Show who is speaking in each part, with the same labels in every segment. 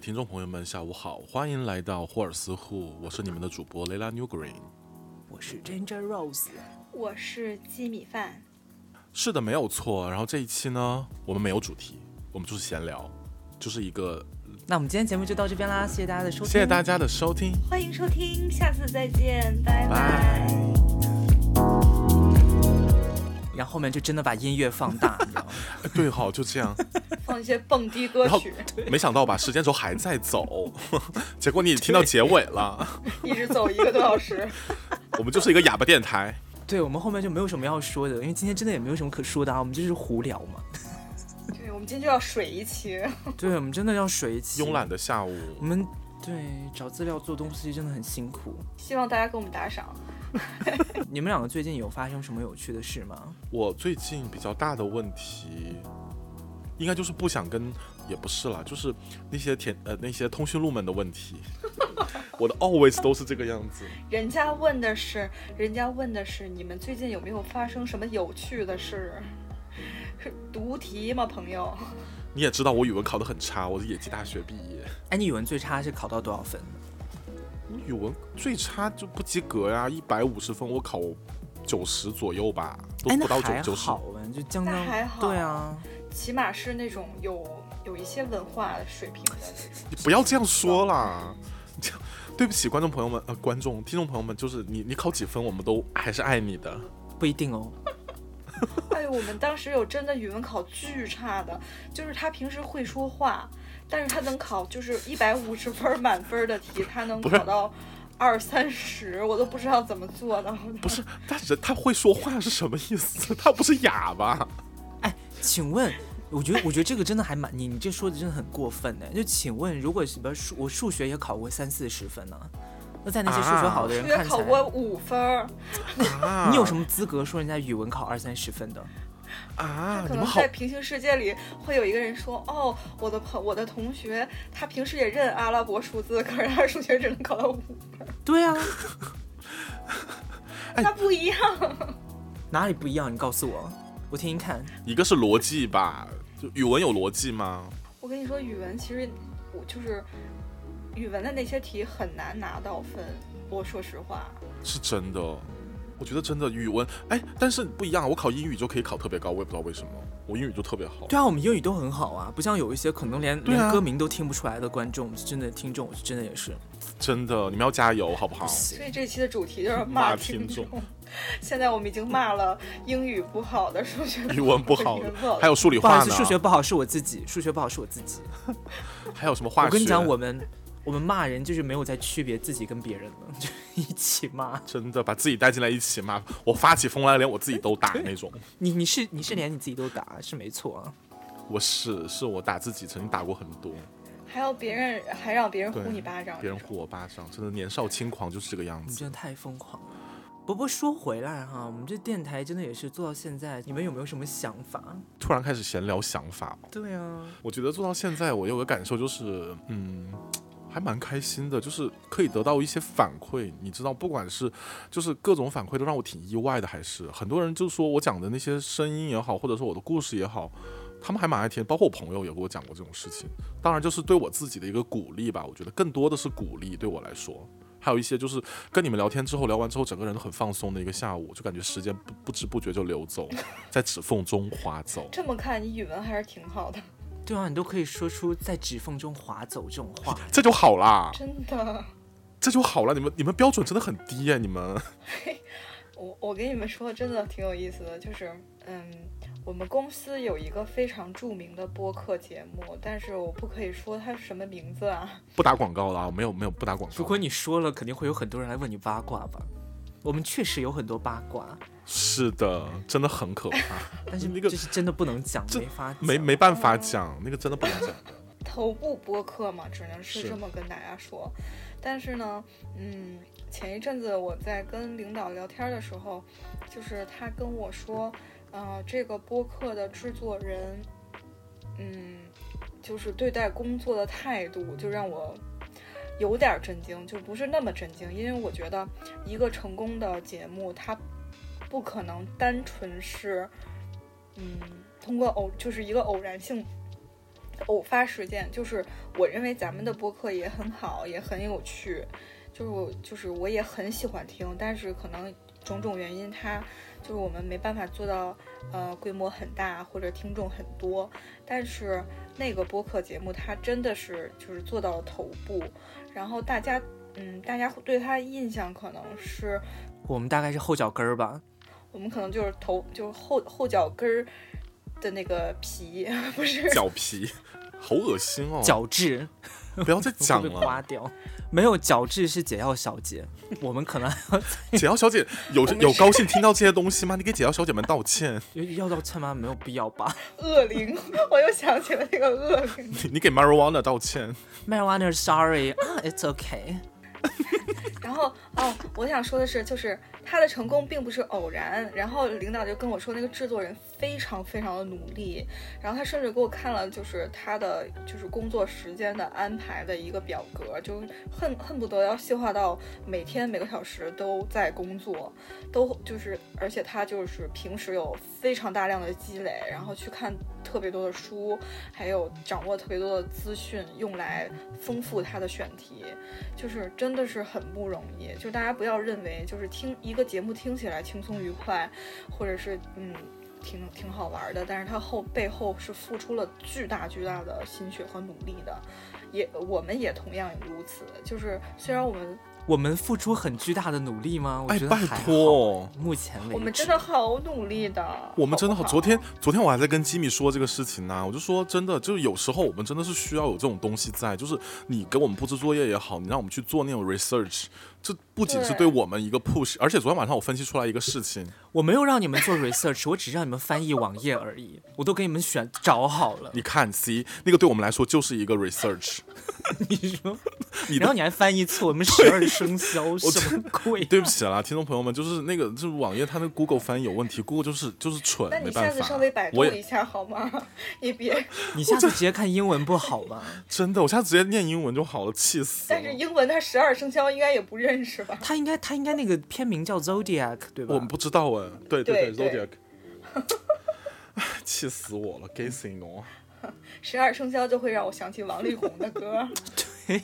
Speaker 1: 听众朋友们，下午好，欢迎来到霍尔斯户，我是你们的主播雷拉 New Green。
Speaker 2: 我是 Ginger Rose，
Speaker 3: 我是鸡米饭，
Speaker 1: 是的，没有错。然后这一期呢，我们没有主题，我们就是闲聊，就是一个
Speaker 2: 那我们今天节目就到这边啦，谢谢大家的收听，
Speaker 1: 谢谢大家的收听，
Speaker 3: 欢迎收听，下次再见，拜
Speaker 1: 拜
Speaker 3: 拜。
Speaker 2: 然后后面就真的把音乐放大，你知道吗？
Speaker 1: 哎对哈、就这样。
Speaker 3: 放一些蹦迪歌
Speaker 1: 然后
Speaker 3: 曲，
Speaker 1: 没想到吧，时间轴还在走， 结果你听到结尾了。
Speaker 3: 一直走一个多小时。
Speaker 1: 我们就是一个哑巴电台，
Speaker 2: 对我们后面就没有什么要说的，因为今天真的也没有什么可说的啊，我们就是胡聊嘛。
Speaker 3: 对，我们今天就要水一期，
Speaker 2: 对，我们真的要水一期，
Speaker 1: 慵懒，的下午。
Speaker 2: 我们对找资料做东西真的很辛苦。
Speaker 3: 希望大家给我们打赏。
Speaker 2: 你们两个最近有发生什么有趣的事吗？
Speaker 1: 我最近比较大的问题，应该就是不想跟，也不是啦，就是那些填呃那些通讯录们的问题。 我的 always 都是这个样子。
Speaker 3: 人家问的是，人家问的是你们最近有没有发生什么有趣的事？是读题吗，朋友？
Speaker 1: 你也知道我语文考得很差，我是野鸡大学毕业。
Speaker 2: 哎，你语文最差是考到多少分？
Speaker 1: 我语文最差就不及格呀、1一百五十分，我考九十左右吧，都
Speaker 2: 哎，
Speaker 1: 不
Speaker 2: 那
Speaker 1: 到
Speaker 2: 还
Speaker 1: 九九十
Speaker 2: 好。啊，就将
Speaker 3: 那还
Speaker 2: 将
Speaker 3: 好
Speaker 2: 对啊，
Speaker 3: 起码是那种有有一些文化水平的那种。
Speaker 1: 你不要这样说啦， 这样对不起观众朋友们，呃，观众听众朋友们，就是你你考几分，我们都还是爱你的。
Speaker 2: 不一定哦。
Speaker 3: 哎，我们当时有真的语文考巨差的，就是他平时会说话，但是他能考就是一百五十分儿满分儿的题，他能
Speaker 1: 不是
Speaker 3: 考到二三十，我都不知道怎么做到的。
Speaker 1: 不是，但是他会说话是什么意思？ 他不是哑巴。
Speaker 2: 哎，请问，我觉得我觉得这个真的还蛮你你这说的真的很过分呢。就请问，如果什么数我数学也考过三四十分呢、那在那些数学好的人
Speaker 3: 数学
Speaker 2: 看起
Speaker 3: 考
Speaker 2: 来，
Speaker 3: 过五分儿，
Speaker 1: 啊
Speaker 2: 你有什么资格说人家语文考二三十分的？
Speaker 1: 啊？
Speaker 3: 可
Speaker 1: 你们
Speaker 3: 能
Speaker 1: 好
Speaker 3: 在平行世界里会有一个人说：“哦，我的朋我的同学，他平时也认阿拉伯数字，可是他数学只能考到五，
Speaker 2: 对啊，
Speaker 1: 哎
Speaker 3: 那不一样。
Speaker 2: 哪里不一样？你告诉我，我听听看。
Speaker 1: 一个是逻辑吧，就语文有逻辑吗？”
Speaker 3: 我跟你说，语文其实我就是语文的那些题很难拿到分，我说实话。
Speaker 1: 是真的，我觉得真的语文，哎，但是不一样，我考英语就可以考特别高，我也不知道为什么，我英语就特别好。
Speaker 2: 对啊，我们英语都很好啊，不像有一些可能连、
Speaker 1: 对啊
Speaker 2: 连歌名都听不出来的观众，真的听众真的也是。
Speaker 1: 真的，你们要加油，好不好？
Speaker 3: 所以这期的主题就是
Speaker 1: 骂
Speaker 3: 听
Speaker 1: 听众。
Speaker 3: 现在我们已经骂了英语不好的、数学
Speaker 1: 语文不好
Speaker 3: 语
Speaker 1: 的
Speaker 3: 文不好，的
Speaker 1: 还有数理
Speaker 2: 不好
Speaker 1: 化
Speaker 2: 意
Speaker 1: 呢
Speaker 2: 思，，数学不好是我自己，数学不好是我自己。
Speaker 1: 还有什么化学？
Speaker 2: 我跟你讲，我们我们骂人就是没有在区别自己跟别人了， 就一起骂。
Speaker 1: 真的把自己带进来一起骂，我发起疯来连我自己都打那种。
Speaker 2: 你你是你是连你自己都打是没错啊，
Speaker 1: 我是是我打自己，曾经打过很多，
Speaker 3: 还有别人还让别人呼
Speaker 1: 对
Speaker 3: 你巴掌，
Speaker 1: 别人呼我巴掌，真的年少轻狂就是这个样
Speaker 2: 你
Speaker 1: 子。
Speaker 2: 真的太疯狂了。不过说回来哈，我们这电台真的也是做到现在，你们有没有什么想法？
Speaker 1: 突然开始闲聊想法，
Speaker 2: 对啊，
Speaker 1: 我觉得做到现在，我有个感受就是，嗯，还蛮开心的，就是可以得到一些反馈。你知道，不管是就是各种反馈都让我挺意外的，还是很多人就说我讲的那些声音也好，或者说我的故事也好。他们还蛮爱听，包括我朋友也跟我讲过这种事情。当然，就是对我自己的一个鼓励吧。我觉得更多的是鼓励，对我来说，还有一些就是跟你们聊天之后，聊完之后，整个人都很放松的一个下午，就感觉时间不不知不觉就流走，在指缝中划走。
Speaker 3: 这么看你语文还是挺好的，
Speaker 2: 对啊，你都可以说出在指缝中划走这种话。
Speaker 1: 这就好啦。
Speaker 3: 真的。
Speaker 1: 这就好了。你们你们标准真的很低呀、你们
Speaker 3: 我我跟你们说，真的挺有意思的，就是嗯，我们公司有一个非常著名的播客节目，但是我不可以说它是什么名字啊。
Speaker 1: 不打广告了啊，没有没有不打广告。
Speaker 2: 如果你说了，肯定会有很多人来问你八卦吧。我们确实有很多八卦，
Speaker 1: 是的，真的很可 怕，
Speaker 2: 但是
Speaker 1: 那
Speaker 2: 这
Speaker 1: 个
Speaker 2: 是真的不能讲，
Speaker 1: 这
Speaker 2: 没法讲
Speaker 1: 没没办法讲，那个真的不能讲。
Speaker 3: 头部播客嘛，只能是
Speaker 1: 是
Speaker 3: 这么跟大家说。但是呢，嗯，前一阵子我在跟领导聊天的时候，就是他跟我说，呃，这个播客的制作人，嗯，就是对待工作的态度，就让我。有点震惊，就不是那么震惊，因为我觉得一个成功的节目，它不可能单纯是，嗯，通过偶就是一个偶然性偶发事件，就是我认为咱们的播客也很好，也很有趣，就是我就是我也很喜欢听，但是可能种种原因它，就是我们没办法做到呃规模很大或者听众很多，但是那个播客节目它真的是就是做到了头部，然后大家嗯大家对它印象可能是
Speaker 2: 我们大概是后脚跟儿吧，
Speaker 3: 我们可能就是头就是后后脚跟儿的那个皮 不是
Speaker 1: 脚皮， 好恶心哦！
Speaker 2: 角质
Speaker 1: 不要再
Speaker 2: 会
Speaker 1: 讲
Speaker 2: 被
Speaker 1: 了。
Speaker 2: 刮 掉。没有角质是解药小姐，我们可能 还
Speaker 1: 解药小姐有
Speaker 3: 们
Speaker 1: 有高兴听到这些东西吗？你给解药小姐们道歉，
Speaker 2: 要要到趁吗？没有必要吧。
Speaker 3: 恶灵， 我又想起了那个恶灵。
Speaker 1: 你你给 marijuana 道歉。
Speaker 2: Marijuana sorry 啊，it's okay。
Speaker 3: 然后哦，我想说的是，就是他的成功并不是偶然。然后领导就跟我说，那个制作人非常非常的努力。然后他甚至给我看了，就是他的就是工作时间的安排的一个表格，就恨恨不得要细化到每天每个小时都在工作，都就是而且他就是平时有非常大量的积累，然后去看特别多的书，还有掌握特别多的资讯，用来丰富他的选题。就是真的是很不容易。就大家不要认为就是听一个节目听起来轻松愉快，或者是嗯挺挺好玩的，但是它后背后是付出了巨大巨大的心血和努力的。也我们也同样如此。就是虽然我们
Speaker 2: 我们付出很巨大的努力吗？我
Speaker 1: 哎，
Speaker 2: 觉得
Speaker 1: 拜
Speaker 2: 还好
Speaker 1: 托，
Speaker 2: 目前为止，
Speaker 3: 我们真的好努力的，
Speaker 1: 我们真的
Speaker 3: 好
Speaker 1: 好，
Speaker 3: 不好
Speaker 1: 昨天昨天我还在跟吉米说这个事情呢、我就说真的，就是有时候我们真的是需要有这种东西在，就是你给我们布置作业也好，你让我们去做那种 research，这不仅是对
Speaker 3: 对
Speaker 1: 我们一个 push，而且昨天晚上我分析出来一个事情，
Speaker 2: 我没有让你们做 research，我只是让你们翻译网页而已，我都给你们选找好了。
Speaker 1: 你看 C 那个对我们来说就是一个 research，
Speaker 2: 你说，
Speaker 1: 你的
Speaker 2: 然后你还翻译错，我们十二生肖什么鬼？
Speaker 1: 对不起啦，听众朋友们，就是那个就是网页它那个 Google 翻译有问题，Google 就是就是蠢
Speaker 3: 那，
Speaker 1: 没
Speaker 3: 你下
Speaker 1: 办
Speaker 3: 次
Speaker 1: 法
Speaker 3: 稍微百。度
Speaker 1: 我
Speaker 3: 一
Speaker 1: 也
Speaker 3: 下好吗？ 你别，
Speaker 2: 你下次直接看英文不好吗？
Speaker 1: 真的，我下次直接念英文就好了，气死了
Speaker 3: 但。是英文它十二生肖应该也不认识吧？
Speaker 2: 他应该他应该那个片名叫 Zodiac 对吧？
Speaker 1: 我们不知道哎，对对
Speaker 3: 对
Speaker 1: ，Zodiac，唉气死哦我了，gay single。
Speaker 3: 十二生肖就会让我想起王力宏 的歌。
Speaker 2: 嘿，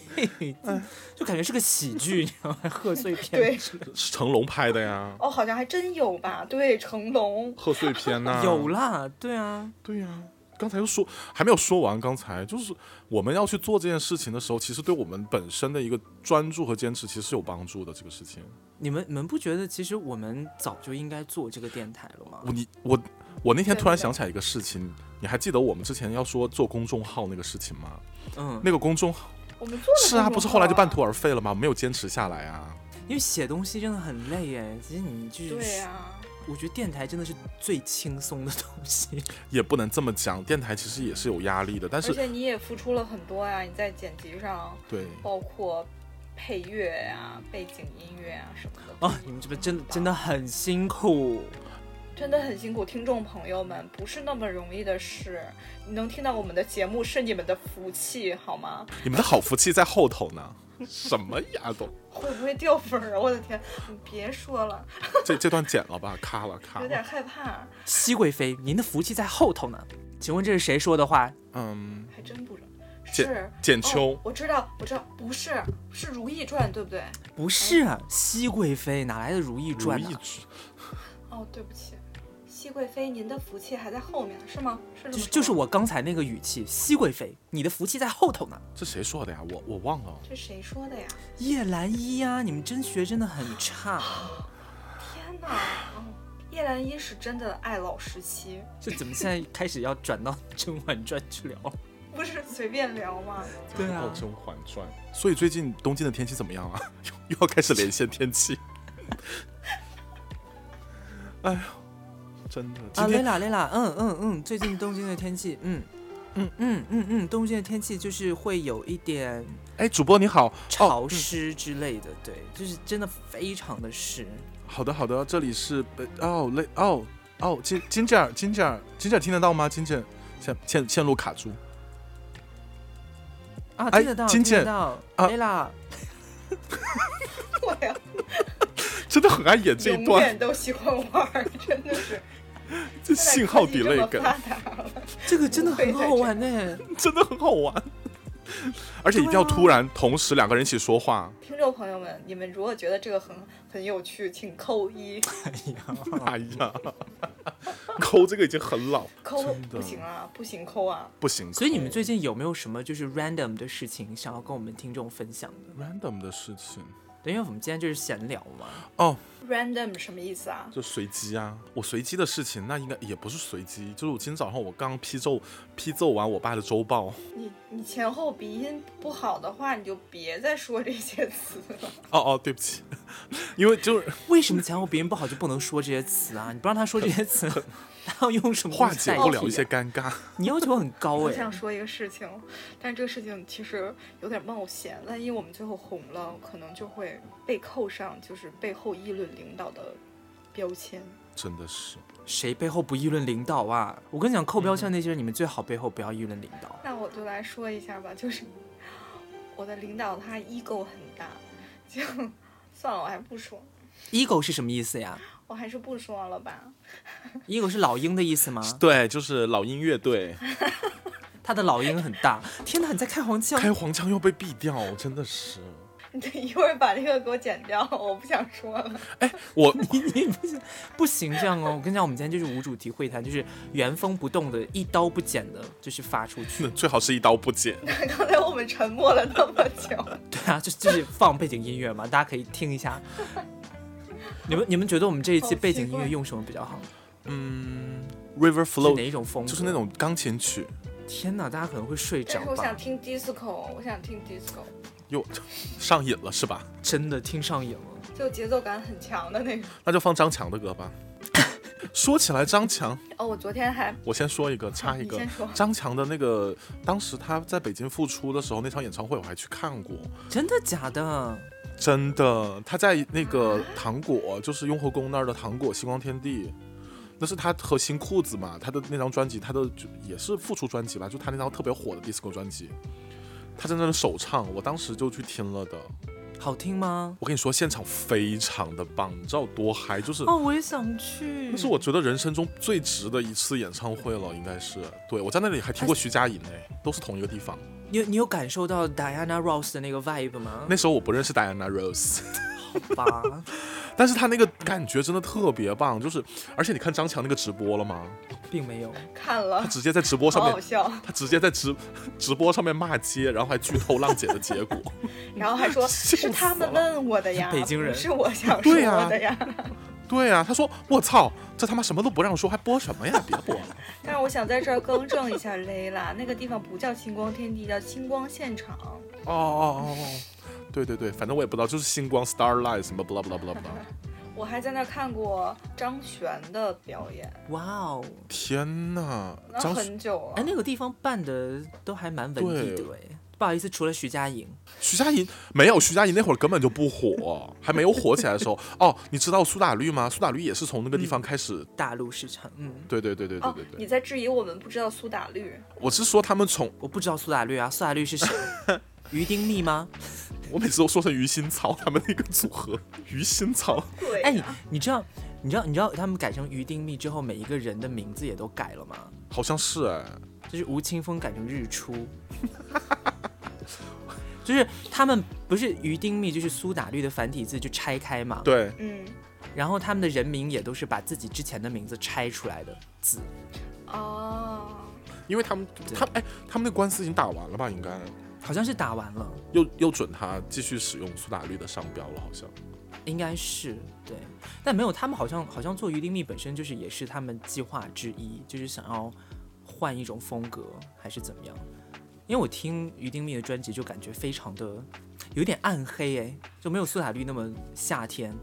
Speaker 2: 就感觉是个喜剧，你知道吗？贺岁片
Speaker 3: 对
Speaker 1: 是成龙拍的呀，
Speaker 3: 哦，好像还真有吧？对，成龙。
Speaker 1: 贺岁片 呐、
Speaker 2: 有啦，对啊，
Speaker 1: 对呀、刚才又说还没有说完，刚才就是我们要去做这件事情的时候，其实对我们本身的一个专注和坚持，其实是有帮助的。这个事情，
Speaker 2: 你们你们不觉得其实我们早就应该做这个电台了吗
Speaker 1: 我？你我我那天
Speaker 3: 对
Speaker 1: 突然
Speaker 3: 嗯对
Speaker 1: 想起来一个事情，你还记得我们之前要说做公众号那个事情吗？
Speaker 2: 嗯，
Speaker 1: 那个公众号
Speaker 3: 我们做了
Speaker 1: 是啊，
Speaker 3: 公众
Speaker 1: 不是后来就
Speaker 3: 号啊
Speaker 1: 半途而废了吗？没有坚持下来啊。
Speaker 2: 因为写东西真的很累哎，其实你就是，
Speaker 3: 对啊呀、
Speaker 2: 我觉得电台真的是最轻松的东西。
Speaker 1: 也不能这么讲，电台其实也是有压力的，但
Speaker 3: 而
Speaker 1: 是
Speaker 3: 且你也付出了很多呀、你在剪辑上，
Speaker 1: 对，
Speaker 3: 包括配乐呀、背景音乐啊什么的，
Speaker 2: 哦，你们这边真的真的很辛苦，
Speaker 3: 真的很辛苦。听众朋友们，不是那么容易的事，你能听到我们的节目是你们的福气，好吗？
Speaker 1: 你们的好福气在后头呢，什么呀都，
Speaker 3: 会不会掉粉儿啊？我的天，你别说了，
Speaker 1: 这这段剪了吧，咔了咔
Speaker 3: 有
Speaker 1: 了
Speaker 3: 点，害怕，
Speaker 2: 熹贵妃，您的福气在后头呢。请问这是谁说的话？
Speaker 1: 嗯。
Speaker 3: 还真不容易。
Speaker 1: 剪
Speaker 3: 是
Speaker 1: 剪秋
Speaker 3: 哦，我知道，我知道，不是，是《如懿传》，对不对？
Speaker 2: 不是啊，熹贵妃哪来的《如啊懿
Speaker 1: 如
Speaker 2: 传》
Speaker 1: 意
Speaker 2: 呢？
Speaker 1: 之
Speaker 3: 哦，对不起，熹贵妃，您的福气还在后面，是吗？是这么
Speaker 2: 就是
Speaker 3: 说
Speaker 2: 就是，我刚才那个语气，熹贵妃，你的福气在后头呢。
Speaker 1: 这谁说的呀？我我忘了。
Speaker 3: 这谁说的呀？
Speaker 2: 叶澜依呀、你们真学真的很差，
Speaker 3: 天哪！嗯叶澜依是真的爱老时期，
Speaker 2: 这怎么现在开始要转到《甄嬛传》去聊？
Speaker 3: 不是随便聊 吗？
Speaker 2: 对啊
Speaker 1: 哦甄嬛传》。所以最近东京的天气怎么样啊？ 又又要开始连线天气。 哎呀，真的，今
Speaker 2: 啊，雷
Speaker 1: 天、
Speaker 2: 拉雷拉，嗯嗯嗯，最近东京的天气，嗯嗯嗯嗯嗯，东京的天气就是会有一点
Speaker 1: 哎，主播你好，哦，
Speaker 2: 潮嗯湿之类的，对，就是真的非常的湿。
Speaker 1: 好的好的，这里是北哦雷哦哦金金姐儿金姐儿金姐儿听得到吗？金姐儿线线线路卡住，
Speaker 2: 啊，
Speaker 1: 哎
Speaker 2: 听得到，
Speaker 1: 金
Speaker 2: 听得
Speaker 1: 姐
Speaker 2: 到，
Speaker 1: 啊
Speaker 2: 雷拉，
Speaker 3: 对呀、
Speaker 1: 真的很爱演这一
Speaker 3: 啊永
Speaker 1: 段。
Speaker 3: 远都喜欢玩儿，真的是
Speaker 1: 这
Speaker 3: 现 在
Speaker 1: 信号
Speaker 3: 科技这么
Speaker 1: delay 梗
Speaker 3: 发达了，
Speaker 2: 这个真的很好玩呢、
Speaker 1: 真的很好玩，而且一定要突然同时两个人一起说话。
Speaker 3: 听众朋友们，你们如果觉得这个很很有趣，请扣一，
Speaker 1: 哎呀，抠这个已经很老，
Speaker 3: 扣
Speaker 1: 真的
Speaker 3: 不行啊，不行扣啊，
Speaker 1: 不行。
Speaker 2: 所以你们
Speaker 1: 抠
Speaker 2: 最近有没有什么就是 random 的事情想要跟我们听众分享的？
Speaker 1: random 的事情
Speaker 2: 对，因为我们今天就是闲聊嘛。
Speaker 1: 哦，
Speaker 3: random 什么意思啊？
Speaker 1: 就随机啊，我随机的事情那应该也不是随机，就是我今天早上我刚批奏批奏完我爸的周报。
Speaker 3: 你你前后鼻音不好的话，你就别再说这些词了。
Speaker 1: 哦哦，对不起，因为就是
Speaker 2: 为什么前后别人不好就不能说这些词啊？你不让他说这些 词，他要用什么
Speaker 1: 化
Speaker 2: 东西
Speaker 1: 解
Speaker 2: 代替啊啊
Speaker 1: 不了一些尴尬。
Speaker 2: 你要求很高
Speaker 3: 我
Speaker 2: 哎、
Speaker 3: 想说一个事情，但是这个事情其实有点冒险。万一我们最后红了，可能就会被扣上就是背后议论领导的标签。
Speaker 1: 真的是，
Speaker 2: 谁背后不议论领导啊？我跟你讲，扣标签那些人，你们最好背后不要议论领导。
Speaker 3: 那我就来说一下吧，就是 我的领导他 ego 很大，就算了，我还不说，
Speaker 2: ego 是什么意思呀
Speaker 3: 我还是不说了吧。
Speaker 2: ？ego 是老鹰的意思吗？
Speaker 1: 对，就是老鹰乐队
Speaker 2: 他的老鹰很大。天哪，你在开黄腔？
Speaker 1: 开黄腔又被毙掉，真的是。
Speaker 3: 你得一会儿把这个给我剪掉，我不想说了。
Speaker 1: 我。
Speaker 2: 你不行，不行这样哦！我跟你讲，我们今天就是无主题会谈，就是原封不动的，一刀不剪的，就是发出去
Speaker 1: 最好是一刀不剪。
Speaker 3: 刚才我们沉默了那么久，
Speaker 2: 对啊，就就是放背景音乐嘛，大家可以听一下。你们你们觉得我们这一
Speaker 3: 好
Speaker 2: 期
Speaker 3: 奇
Speaker 2: 背景音乐
Speaker 3: 怪
Speaker 2: 用什么比较好？
Speaker 1: 嗯，River
Speaker 2: 是
Speaker 1: Flow
Speaker 2: 哪一种风格？
Speaker 1: 就是那。种钢琴曲，
Speaker 2: 天哪，大家可能会睡着
Speaker 3: 但哎是我
Speaker 2: 吧
Speaker 3: 想？听 disco，我想听 disco，
Speaker 1: 又上瘾了是吧？
Speaker 2: 真的听上瘾了。
Speaker 3: 就节奏感很强的那种。
Speaker 1: 那就放张强的歌 吧。说起来张强，
Speaker 3: 哦，我昨天还
Speaker 1: 我先说一个，插一
Speaker 3: 嗯你
Speaker 1: 个
Speaker 3: 先说。
Speaker 1: 张强的那个，当时他在北京复出的时候，那场演唱会我还去看过，
Speaker 2: 真的假的？
Speaker 1: 真的，他在那个糖
Speaker 3: 啊
Speaker 1: 果，就是雍和宫那儿的糖果星光天地，那是他和新裤子嘛，他的那张专辑，他的就也是复出专辑吧，就他那张特别火的 disco 专辑，他在那里首唱，我当时就去听了的。
Speaker 2: 好听吗？
Speaker 1: 我跟你说，现场非常的棒，你知道多嗨，就是
Speaker 2: 哦，我也想去。
Speaker 1: 那是我觉得人生中最值的一次演唱会了，应该是。对我在那里还听过徐佳莹呢，都是同一个地
Speaker 3: 嗯
Speaker 1: 方。
Speaker 2: 你有你有感受到 Diana Ross 的那个 vibe 吗？
Speaker 1: 那时候我不认识 Diana Rose，
Speaker 2: 吧，
Speaker 1: 但是她那个感觉真的特别棒，就是而且你看张强那个直播了吗？
Speaker 2: 并没有。
Speaker 3: 看了
Speaker 1: 他，直接在直播上
Speaker 3: 好哦好
Speaker 1: 面，
Speaker 3: 笑，
Speaker 1: 他直接在直直播上面骂街，然后还剧透浪姐的结果。
Speaker 3: 然后还说是他们问我的呀，
Speaker 2: 北京人
Speaker 3: 不是我想说
Speaker 1: 对啊呀
Speaker 3: 的呀。
Speaker 1: 对啊，他说我操，这他妈什么都不让说，还播什么呀？别播了。
Speaker 3: 但是我想在这儿更正一下 雷拉，那个地方不叫星光天地，叫星光现场。
Speaker 1: 哦哦哦哦，对对对，反正我也不知道，就是星光 Starlight 什么 blah blah blah blah。
Speaker 3: 我还在那儿看过张悬的表演，
Speaker 2: 哇哦，
Speaker 1: 天呐，
Speaker 3: 那
Speaker 1: 张
Speaker 3: 很久
Speaker 2: 哎，
Speaker 3: 了。
Speaker 2: 那个地方办的都还蛮文艺的哎。不好意思，除了徐佳莹，
Speaker 1: 徐佳莹没有，徐佳莹那会儿根本就不火，还没有火起来的时候。哦，你知道苏打绿吗？苏打绿也是从那个地方开始。
Speaker 2: 大陆市场，嗯，
Speaker 1: 对对对对对
Speaker 3: 嗯哦
Speaker 1: 对，对，
Speaker 3: 你在质疑我们不知道苏打绿？
Speaker 1: 我是说他们从
Speaker 2: 我不知道苏打绿啊，苏打绿是谁？于丁密吗？
Speaker 1: 我每次都说成鱼腥草，他们那个组合鱼腥草。
Speaker 3: 对啊
Speaker 2: 哎，你你知道你知道你知道他们改成于丁密之后，每一个人的名字也都改了吗？
Speaker 1: 好像是哎，
Speaker 2: 就是吴青峰改成日出， 就是他们不是于丁密，就是苏打绿的繁体字就拆开嘛，
Speaker 1: 对，
Speaker 3: 嗯，
Speaker 2: 然后他们的人名也都是把自己之前的名字拆出来的字，
Speaker 3: 哦，
Speaker 1: 因为他们他哎，他们那官司已经打完了吧？应该
Speaker 2: 好像是打完了，
Speaker 1: 又又准他继续使用苏打绿的商标了，好像。
Speaker 2: 应该是对，但没有，他们好像好像做鱼丁蜜本身就是也是他们计划之一，就是想要换一种风格还是怎么样？因为我听鱼丁蜜的专辑就感觉非常的有点暗黑哎、就没有苏打绿那么夏天，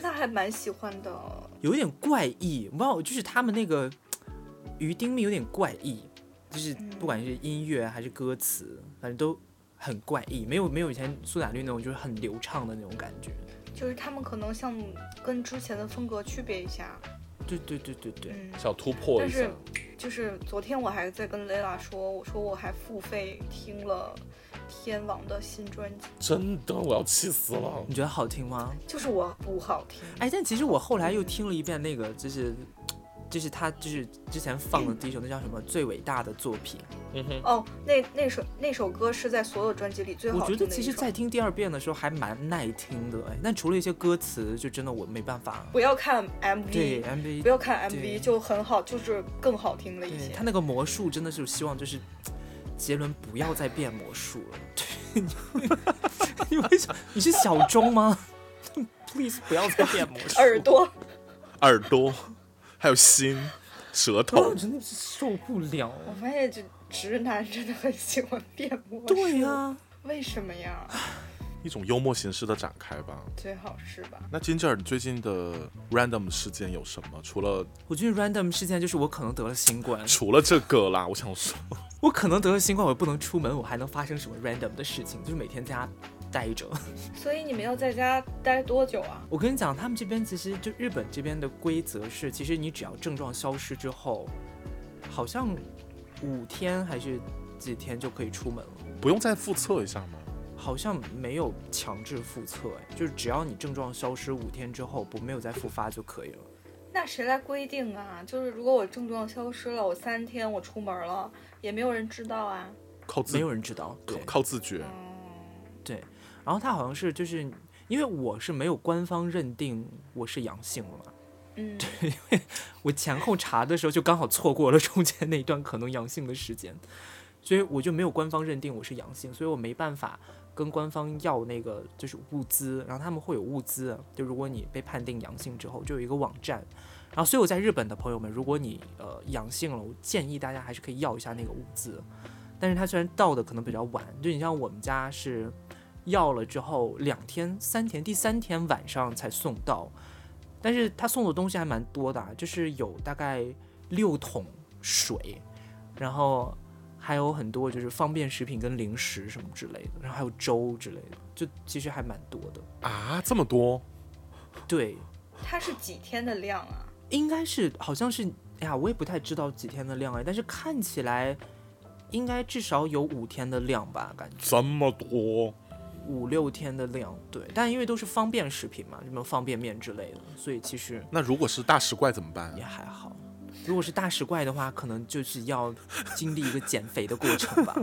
Speaker 3: 那还蛮喜欢的。
Speaker 2: 有点怪异，哇，就是他们那个鱼丁蜜有点怪异，就是不管是音乐还是歌词，反正都很怪异，没有没有以前苏打绿那种就是很流畅的那种感觉。
Speaker 3: 就是他们可能想跟之前的风格区别一下，
Speaker 2: 对对对对对，
Speaker 3: 嗯，
Speaker 1: 想突破
Speaker 3: 但
Speaker 1: 一下
Speaker 3: 是，就是昨天我还在跟 Lela 说，我说我还付费听了天王的新专辑，
Speaker 1: 真的，我要气死了。
Speaker 2: 你觉得好听吗？
Speaker 3: 就是我不好听，
Speaker 2: 哎，但其实我后来又听了一遍那个，就是就是他就是之前放的第一首，那叫什么最伟大的作品。
Speaker 4: 嗯哼，
Speaker 3: 哦，那那首那首歌是在所有专辑里最好
Speaker 2: 我觉
Speaker 3: 听
Speaker 2: 得
Speaker 3: 的一首。
Speaker 2: 其实在听第二遍的时候还蛮耐听的，哎，但除了一些歌词，就真的我没办法。
Speaker 3: 不要看
Speaker 2: 对
Speaker 3: MV，
Speaker 2: MV，
Speaker 3: 不要看
Speaker 2: 对
Speaker 3: MV 就很好，就是更好听了一
Speaker 2: 对
Speaker 3: 些
Speaker 2: 他。那个魔术真的是希望就是杰伦不要再变魔术了。对， 你你为什么你是小钟吗 ？Please 不要再变魔术。
Speaker 3: 耳朵，
Speaker 4: 耳朵，还有心，舌
Speaker 2: 啊，
Speaker 4: 头
Speaker 3: 哦
Speaker 2: 我，真的是受不了。啊
Speaker 3: 我发现这直男真的很喜欢变魔术。
Speaker 2: 对呀、
Speaker 3: 为什么呀？
Speaker 1: 一种幽默形式的展开吧。
Speaker 3: 最好是吧？
Speaker 1: 那 Ginger 你最近的 random 事件有什么？除了
Speaker 2: 我觉得 random 事件就是我可能得了新冠，
Speaker 1: 除了这个啦，我想说，
Speaker 2: 我可能得了新冠，我不能出门，我还能发生什么 random 的事情？就是每天在家待着。
Speaker 3: 所以你们要在家待多久啊？
Speaker 2: 我跟你讲，他们这边其实就日本这边的规则是，其实你只要症状消失之后，好像五天还是几天就可以出门了。
Speaker 1: 不用再复测一下吗？
Speaker 2: 好像没有强制复测，哎，就是只要你症状消失五天之后不没有再复发就可以了。
Speaker 3: 那谁来规定啊？就是如果我症状消失了，我三天我出门了，也没有人知道啊。
Speaker 1: 靠自
Speaker 2: 没有人知道，对
Speaker 1: 靠靠自觉，
Speaker 3: 嗯，
Speaker 2: 对。然后他好像是就是因为我是没有官方认定我是阳性了嘛，
Speaker 3: 嗯，
Speaker 2: 我前后查的时候就刚好错过了中间那一段可能阳性的时间，所以我就没有官方认定我是阳性，所以我没办法跟官方要那个就是物资，然后他们会有物资，就如果你被判定阳性之后，就有一个网站，然后所以我在日本的朋友们，如果你呃阳性了，我建议大家还是可以要一下那个物资，但是它虽然到的可能比较晚，就你像我们家是要了之后两天三天，第三天晚上才送到。但是他送的东西还蛮多的啊，就是有大概六桶水，然后还有很多就是方便食品跟零食什么之类的，然后还有粥之类的，就其实还蛮多的。
Speaker 1: 啊，这么多，
Speaker 2: 对，
Speaker 3: 它是几天的量 啊？
Speaker 2: 应该是好像是，哎呀，我也不太知道几天的量哎，但是看起来应该至少有五天的量吧，感觉
Speaker 1: 这么多，
Speaker 2: 五六天的量。对，但因为都是方便食品嘛，什么方便面之类的，所以其实
Speaker 1: 那如果是大食怪怎么办
Speaker 2: 也？还好。如果是大食怪的话，可能就是要经历一个减肥的过程吧。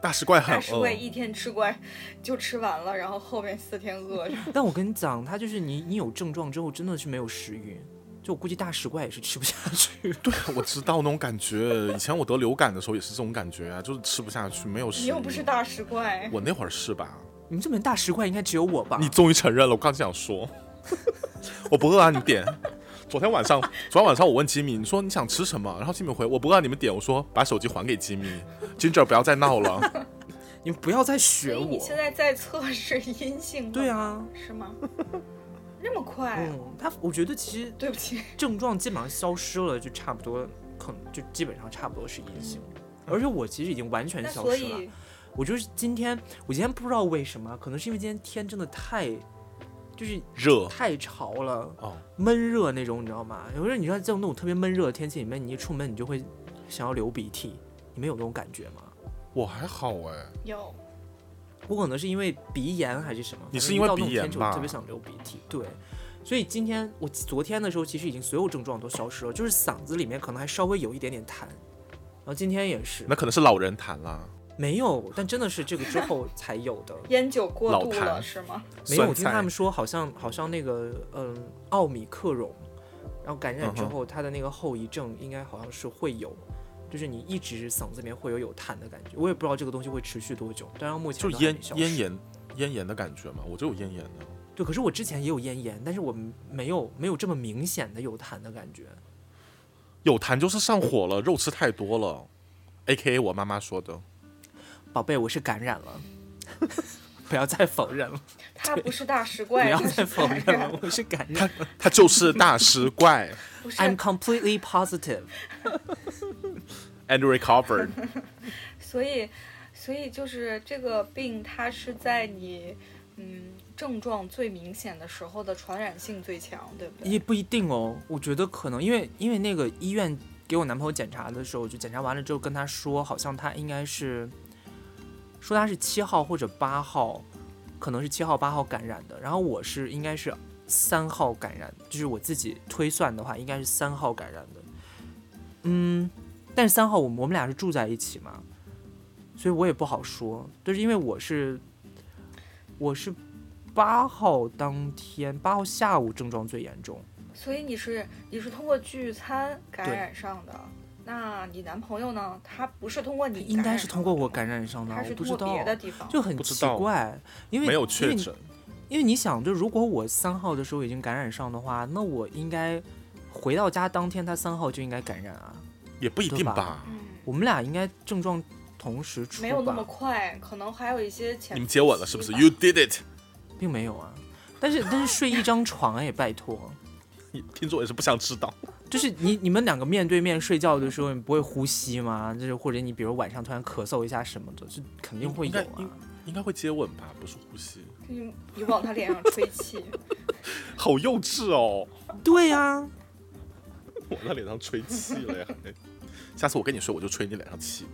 Speaker 1: 大食怪很呃
Speaker 3: 大食怪
Speaker 1: 饿，
Speaker 2: 哦
Speaker 3: 一天吃怪就吃完了，然后后面四天饿 着。
Speaker 2: 但我跟你讲，他就是你，你有症状之后真的是没有食欲，就我估计大食怪也是吃不下去。
Speaker 1: 对，我知道那种感觉。以前我得流感的时候也是这种感觉啊，就是吃不下去，没有食欲。
Speaker 3: 你又不是大食怪，
Speaker 1: 我那会儿是吧？
Speaker 2: 你们这边大食怪应该只有我吧？
Speaker 1: 你终于承认了，我刚想说，我不饿啊，你点。昨天晚上，昨天晚上我问吉米，你说你想吃什么？然后吉米回我不饿，啊你们点。我说把手机还给吉米，Ginger 不要再闹了。
Speaker 2: 你们不要再
Speaker 3: 所
Speaker 2: 学
Speaker 3: 以你
Speaker 2: 我。
Speaker 3: 现在在测试阴性 了
Speaker 2: 对，啊，
Speaker 3: 是吗？那么快啊、
Speaker 2: 嗯，他我觉得其实
Speaker 3: 对不起，
Speaker 2: 症状基本上消失了，就差不多，可能就基本上差不多是阴性。而且我其实已经完全
Speaker 3: 那
Speaker 2: 消
Speaker 3: 所
Speaker 2: 失了，
Speaker 3: 以
Speaker 2: 我就是今天，我今天不知道为什么，可能是因为今天天真的太，就是
Speaker 1: 热
Speaker 2: 太潮了，
Speaker 1: 哦，
Speaker 2: 闷热那种，你知道吗？有时候你知道，在那种特别闷热的天气里面，你一出门你就会想要流鼻涕，你们有那种感觉吗？
Speaker 1: 我还好哎、
Speaker 3: 有
Speaker 2: 我可能是因为鼻炎还是什么，
Speaker 1: 你是
Speaker 2: 反正
Speaker 1: 因为
Speaker 2: 一到那种
Speaker 1: 鼻炎
Speaker 2: 天气
Speaker 1: 吧
Speaker 2: 我特别想流鼻涕，对。所以今天我昨天的时候，其实已经所有症状都消失了，就是嗓子里面可能还稍微有一点点痰，然后今天也是
Speaker 1: 那可能是老人痰啦，
Speaker 2: 没有，但真的是这个之后才有的，
Speaker 3: 烟酒过
Speaker 1: 老
Speaker 3: 度
Speaker 1: 痰
Speaker 3: 了是 吗？
Speaker 2: 没有，我
Speaker 1: 酸
Speaker 2: 听他
Speaker 1: 菜
Speaker 2: 们。说好像好像那个嗯奥米克戎，然后感染
Speaker 1: 嗯
Speaker 2: 之
Speaker 1: 哼
Speaker 2: 后，它的那个后遗症应该好像是会有，就是你一直嗓子里面会有有痰的感觉。我也不知道这个东西会持续多久，但是目前
Speaker 1: 就
Speaker 2: 都还
Speaker 1: 咽
Speaker 2: 没消
Speaker 1: 咽
Speaker 2: 失。
Speaker 1: 炎咽炎的感觉嘛，我就有咽炎的。
Speaker 2: 对，可是我之前也有咽炎，但是我没有没有这么明显的有痰的感觉。
Speaker 1: 有痰就是上火了，肉吃太多了，A K A 我妈妈说的。
Speaker 2: 宝贝，我是感染了， 不要再否认了，
Speaker 3: 他不是大食
Speaker 2: 不
Speaker 3: 怪，
Speaker 2: 要
Speaker 3: 他
Speaker 2: 再
Speaker 3: 是
Speaker 2: 否
Speaker 3: 感
Speaker 2: 认
Speaker 3: 染
Speaker 2: 了，我是感染
Speaker 1: 她她就是大食怪
Speaker 3: 不是
Speaker 2: I'm completely positive。
Speaker 1: and recovered。
Speaker 3: 所以，所以就是这个病，它是在你嗯症状最明显的时候的传染性最强，对不对？
Speaker 2: 也不一定哦，我觉得可能因为因为那个医院给我男朋友检查的时候，就检查完了之后跟他说，好像他应该是说他是七号或者八号，可能是七号八号感染的，然后我是应该是三号感染，就是我自己推算的话，应该是三号感染的。嗯，但是三号我们我们俩是住在一起嘛，所以我也不好说，就是因为我是我是八号当天八号下午症状最严重，
Speaker 3: 所以你是你是通过聚餐感染上的，那你男朋友呢？他不是通过你，
Speaker 2: 应该是通过我，感染上的，
Speaker 3: 他是
Speaker 2: 我不
Speaker 3: 通
Speaker 2: 知
Speaker 3: 过
Speaker 2: 道，
Speaker 3: 别的地方。
Speaker 2: 就很
Speaker 4: 不知
Speaker 2: 奇
Speaker 4: 道
Speaker 2: 怪， 因为
Speaker 4: 没有
Speaker 2: 因为
Speaker 4: 确
Speaker 2: 你
Speaker 4: 诊，
Speaker 2: 因为你想，就如果我三号的时候已经感染上的话，那我应该回到家当天，他三号就应该感染啊。
Speaker 1: 也不一定
Speaker 2: 对吧
Speaker 1: 吧？
Speaker 3: 嗯，
Speaker 2: 我们俩应该症状同时出吧？
Speaker 3: 没有那么快，可能还有一些潜。
Speaker 4: 你们接吻了是不是？You did it！
Speaker 2: 并没有啊。但是但是睡一张床哎，拜托，
Speaker 4: 你听众也是不想知道，
Speaker 2: 就是你你们两个面对面睡觉的时候，你不会呼吸吗？就是或者你比如晚上突然咳嗽一下什么的，就肯定会
Speaker 1: 应
Speaker 2: 有
Speaker 1: 该
Speaker 2: 啊。
Speaker 1: 应该会接吻吧，不是呼吸。
Speaker 3: 你你往他脸上吹气，
Speaker 4: 好幼稚哦！
Speaker 2: 对啊呀、
Speaker 4: 我在脸上吹气了呀，还
Speaker 1: 下次我跟你睡，我就吹你脸上气。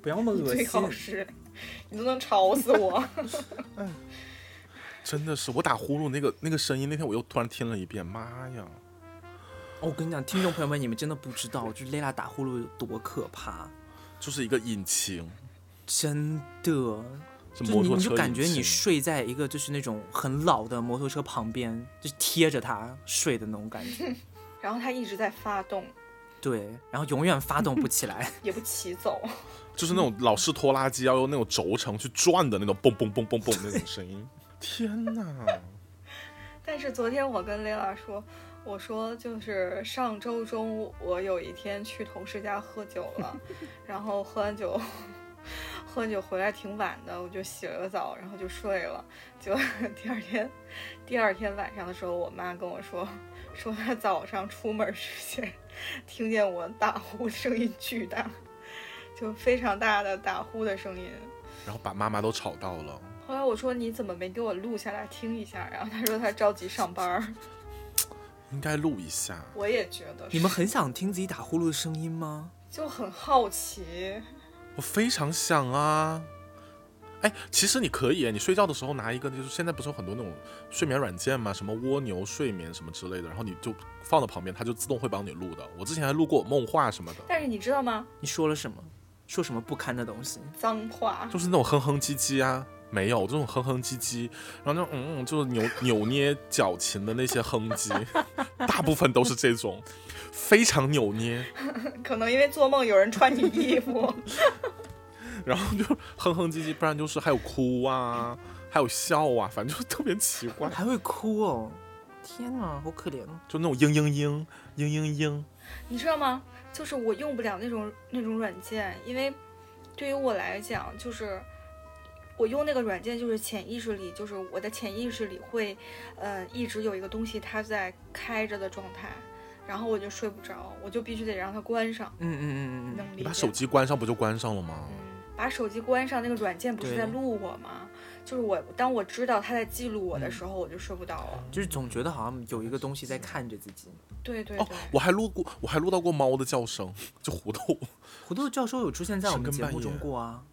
Speaker 2: 不要那么
Speaker 3: 你
Speaker 2: 恶
Speaker 3: 最好
Speaker 2: 心。
Speaker 3: 是，你都能吵死我。
Speaker 1: 真的是，我打呼噜那个那个声音，那天我又突然听了一遍，妈呀！
Speaker 2: 哦我跟你讲，听众朋友们，你们真的不知道，就是蕾拉打呼噜有多可怕，
Speaker 1: 就是一个引擎，
Speaker 2: 真的。
Speaker 1: 是
Speaker 2: 就
Speaker 1: 摩
Speaker 2: 你
Speaker 1: 托
Speaker 2: 你
Speaker 1: 车
Speaker 2: 就感觉
Speaker 1: 引
Speaker 2: 你
Speaker 1: 擎
Speaker 2: 睡在一个就是那种很老的摩托车旁边，就是贴着它睡的那种感觉。
Speaker 3: 然后他一直在发动，
Speaker 2: 对，然后永远发动不起来。
Speaker 3: 也不骑走，
Speaker 1: 就是那种老式拖拉机要用那种轴承去转的那种蹦蹦蹦蹦蹦那种声音。天哪！
Speaker 3: 但是昨天我跟 Lila 说，我说就是上周中我有一天去同事家喝酒了，然后喝完酒， 喝完酒回来挺晚的，我就洗了个澡，然后就睡了。就 第二天，第二天晚上的时候，我妈跟我说，说她早上出门之前 听见我打呼声音巨大，就非常大的打呼的声音。
Speaker 1: 然后把妈妈都吵到了，
Speaker 3: 后来我说你怎么没给我录下来听一下？然后她说她着急上班儿。
Speaker 1: 应该录一下。
Speaker 3: 我也觉得
Speaker 2: 你们很想听自己打呼噜的声音吗？
Speaker 3: 就很好奇，
Speaker 1: 我非常想啊。哎，其实你可以，你睡觉的时候拿一个，就是现在不是有很多那种睡眠软件嘛，什么蜗牛睡眠什么之类的，然后你就放到旁边，它就自动会帮你录的。我之前还录过梦话什么的，
Speaker 3: 但是你知道吗？
Speaker 2: 你说了什么？说什么不堪的东西？
Speaker 3: 脏话，
Speaker 1: 就是那种哼哼唧唧啊，没有这种哼哼唧唧，然后那种嗯嗯，就是扭扭捏矫情的那些哼唧，大部分都是这种，非常扭捏，
Speaker 3: 可能因为做梦有人穿你 衣服，
Speaker 1: 然后就哼哼唧唧，不然就是还有哭啊，还有笑啊，反正就是特别奇怪，
Speaker 2: 还会哭哦！天啊，好可怜哦！
Speaker 1: 就那种嘤嘤嘤嘤嘤嘤，
Speaker 3: 你知道吗？就是我用不了那种那种软件，因为对于我来讲，就是我用那个软件，就是潜意识里，就是我的潜意识里会，呃，一直有一个东西它在开着的状态，然后我就睡不着，我就必须得让它关上，
Speaker 2: 嗯嗯嗯嗯嗯，
Speaker 3: 能
Speaker 1: 你
Speaker 3: 理
Speaker 1: 把
Speaker 3: 解？
Speaker 1: 手机关上不就关上了吗？
Speaker 3: 嗯把手机关上，那个软件不是
Speaker 2: 对
Speaker 3: 在录我吗？就是我，当我知道它在记录我
Speaker 2: 嗯
Speaker 3: 的时候，我就睡不着了。
Speaker 2: 就是总觉得好像有一个东西在看着自己。
Speaker 3: 对对对。
Speaker 1: 哦，我还录过，我还录到过猫的叫声，就胡豆
Speaker 2: 胡豆教授有出现在我们
Speaker 1: 深
Speaker 2: 节
Speaker 1: 更
Speaker 2: 目中
Speaker 1: 半夜
Speaker 2: 过啊。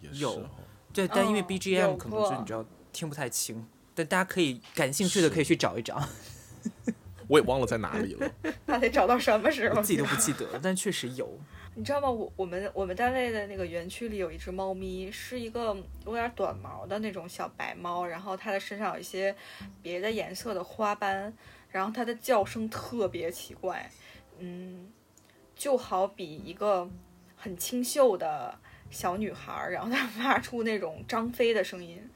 Speaker 1: 也是
Speaker 2: 有
Speaker 1: 哦，
Speaker 2: 对，但因为
Speaker 3: 嗯
Speaker 2: BGM
Speaker 3: 有
Speaker 2: 可能就
Speaker 3: 过
Speaker 2: 你知道听不太清，但大家可以感兴趣的可以去找一 找，
Speaker 1: 我也忘了在哪里了。
Speaker 3: 那得找到什么时候？
Speaker 2: 我自己都不记得了，但确实有。
Speaker 3: 你知道吗？我我们我们单位的那个园区里有一只猫咪，是一个有点短毛的那种小白猫，然后它的身上有一些别的颜色的花斑，然后它的叫声特别奇怪，嗯，就好比一个很清秀的小女孩儿，然后它发出那种张飞的声音，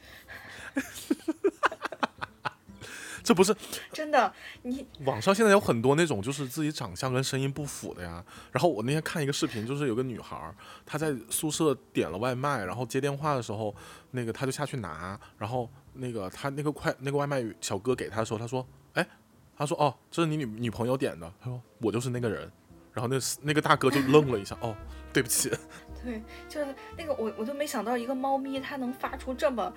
Speaker 1: 这不是
Speaker 3: 真的，你
Speaker 1: 网上现在有很多那种就是自己长相跟声音不符的呀。然后我那天看一个视频，就是有个女孩儿，她在宿舍点了外卖，然后接电话的时候，那个她就下去拿，然后那个她那个快那个外卖小哥给她的时候，她说：“哎，她说哦，这是你女女朋友点的。”她说：“我就是那个人。”然后那那个大哥就愣了一下，哦，对不起，
Speaker 3: 对，就是那个我我就没想到一个猫咪它能发出这么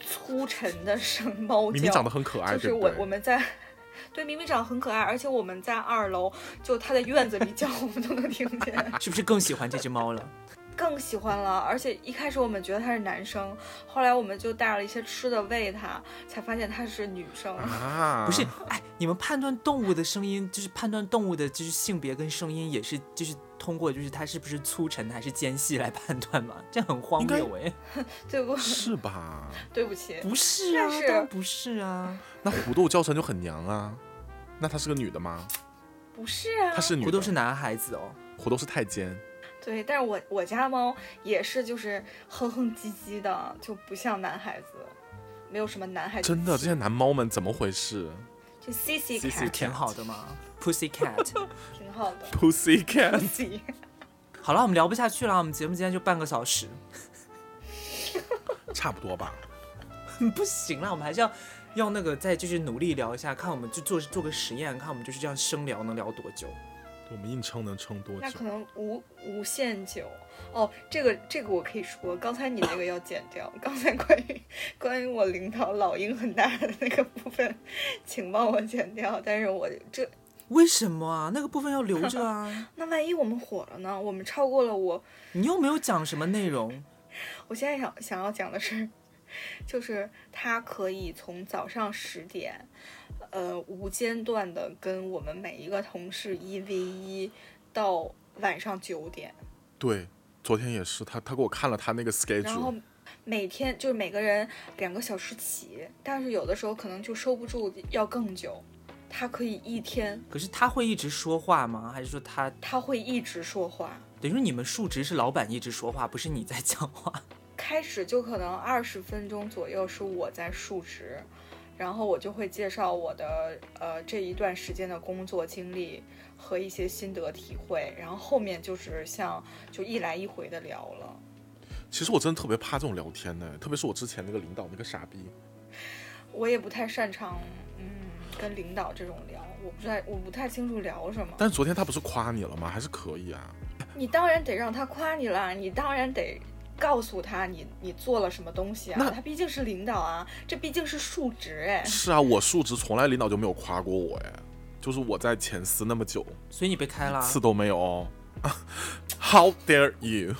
Speaker 3: 粗沉的声猫叫，
Speaker 1: 明明长得很可爱，
Speaker 3: 就是
Speaker 1: 对不
Speaker 3: 我
Speaker 1: 对
Speaker 3: 我们在。 对，明明长得很可爱，而且我们在二楼，就它在院子里叫，我们都能听见。
Speaker 2: 是不是更喜欢这只猫了？
Speaker 3: 更喜欢了。而且一开始我们觉得他是男生，后来我们就带了一些吃的喂他，才发现他是女生。
Speaker 1: 啊，
Speaker 2: 不是，哎，你们判断动物的声音，就是判断动物的，就是性别跟声音，也是就是通过就是它是不是粗陈还是尖细来判断嘛？这很荒
Speaker 1: 应该
Speaker 2: 谬哎！
Speaker 3: 对不？
Speaker 1: 是吧？
Speaker 3: 对不起，
Speaker 2: 不是啊，
Speaker 3: 但是
Speaker 2: 当然不是啊。
Speaker 1: 那虎斗教程就很娘啊。那她是个女的吗？
Speaker 3: 不是啊
Speaker 1: 她。是女的，
Speaker 2: 我都是男孩子哦，
Speaker 1: 虎斗是太监，
Speaker 3: 对，但是我我家猫也是，就是哼哼唧唧的，就不像男孩子，没有什么男孩子气。
Speaker 1: 真的，这些男猫们怎么回事
Speaker 3: 就 C C
Speaker 1: CC
Speaker 3: 看
Speaker 2: 哎挺好的嘛。Pussy cat。
Speaker 3: 挺好的。
Speaker 1: ？Pussy cat，
Speaker 3: C
Speaker 2: 好了，我们聊不下去了，我们节目今天就半个小时，
Speaker 1: 差不多吧。
Speaker 2: 不行了，我们还是要要那个再就是努力聊一下，看我们就做做个实验，看我们就是这样生聊能聊多久。
Speaker 1: 我们硬撑能撑多
Speaker 3: 那
Speaker 1: 久
Speaker 3: 可？能无无限久哦，这个这个我可以说，刚才你那个要剪掉，刚才关于关于我领导老鹰很大的那个部分，请帮我剪掉。但是我这
Speaker 2: 为什么啊？那个部分要留着 啊！
Speaker 3: 那万一我们火了呢？我们超过了我，
Speaker 2: 你又没有讲什么内容，
Speaker 3: 我现在想想要讲的是，就是他可以从早上十点，呃，无间断的跟我们每一个同事一 v 一到晚上九点。
Speaker 1: 对，昨天也是，他他给我看了他那个
Speaker 3: 然后
Speaker 1: schedule，
Speaker 3: 每天就是每个人两个小时起，但是有的时候可能就收不住，要更久。他可以一天，
Speaker 2: 可是他会一直说话吗？还是说他
Speaker 3: 他会一直说话，
Speaker 2: 等于说你们述职是老板一直说话，不是你在讲话？
Speaker 3: 开始就可能二十分钟左右是我在述职，然后我就会介绍我的呃这一段时间的工作经历和一些心得体会，然后后面就是像就一来一回的聊了。
Speaker 1: 其实我真的特别怕这种聊天呢，特别是我之前那个领导那个傻逼，
Speaker 3: 我也不太擅长，嗯，跟领导这种聊，我不太我不太清楚聊什么。
Speaker 1: 但是昨天他不是夸你了吗？还是可以啊。
Speaker 3: 你当然得让他夸你啦，你当然得告诉他你你做了什么东西啊
Speaker 1: 那。
Speaker 3: 他毕竟是领导啊，这毕竟是述职哎。
Speaker 1: 是啊，我述职从来领导就没有夸过我哎，就是我在前司那么久，
Speaker 2: 所以你被开了啊，
Speaker 1: 次都没有哦。How dare you！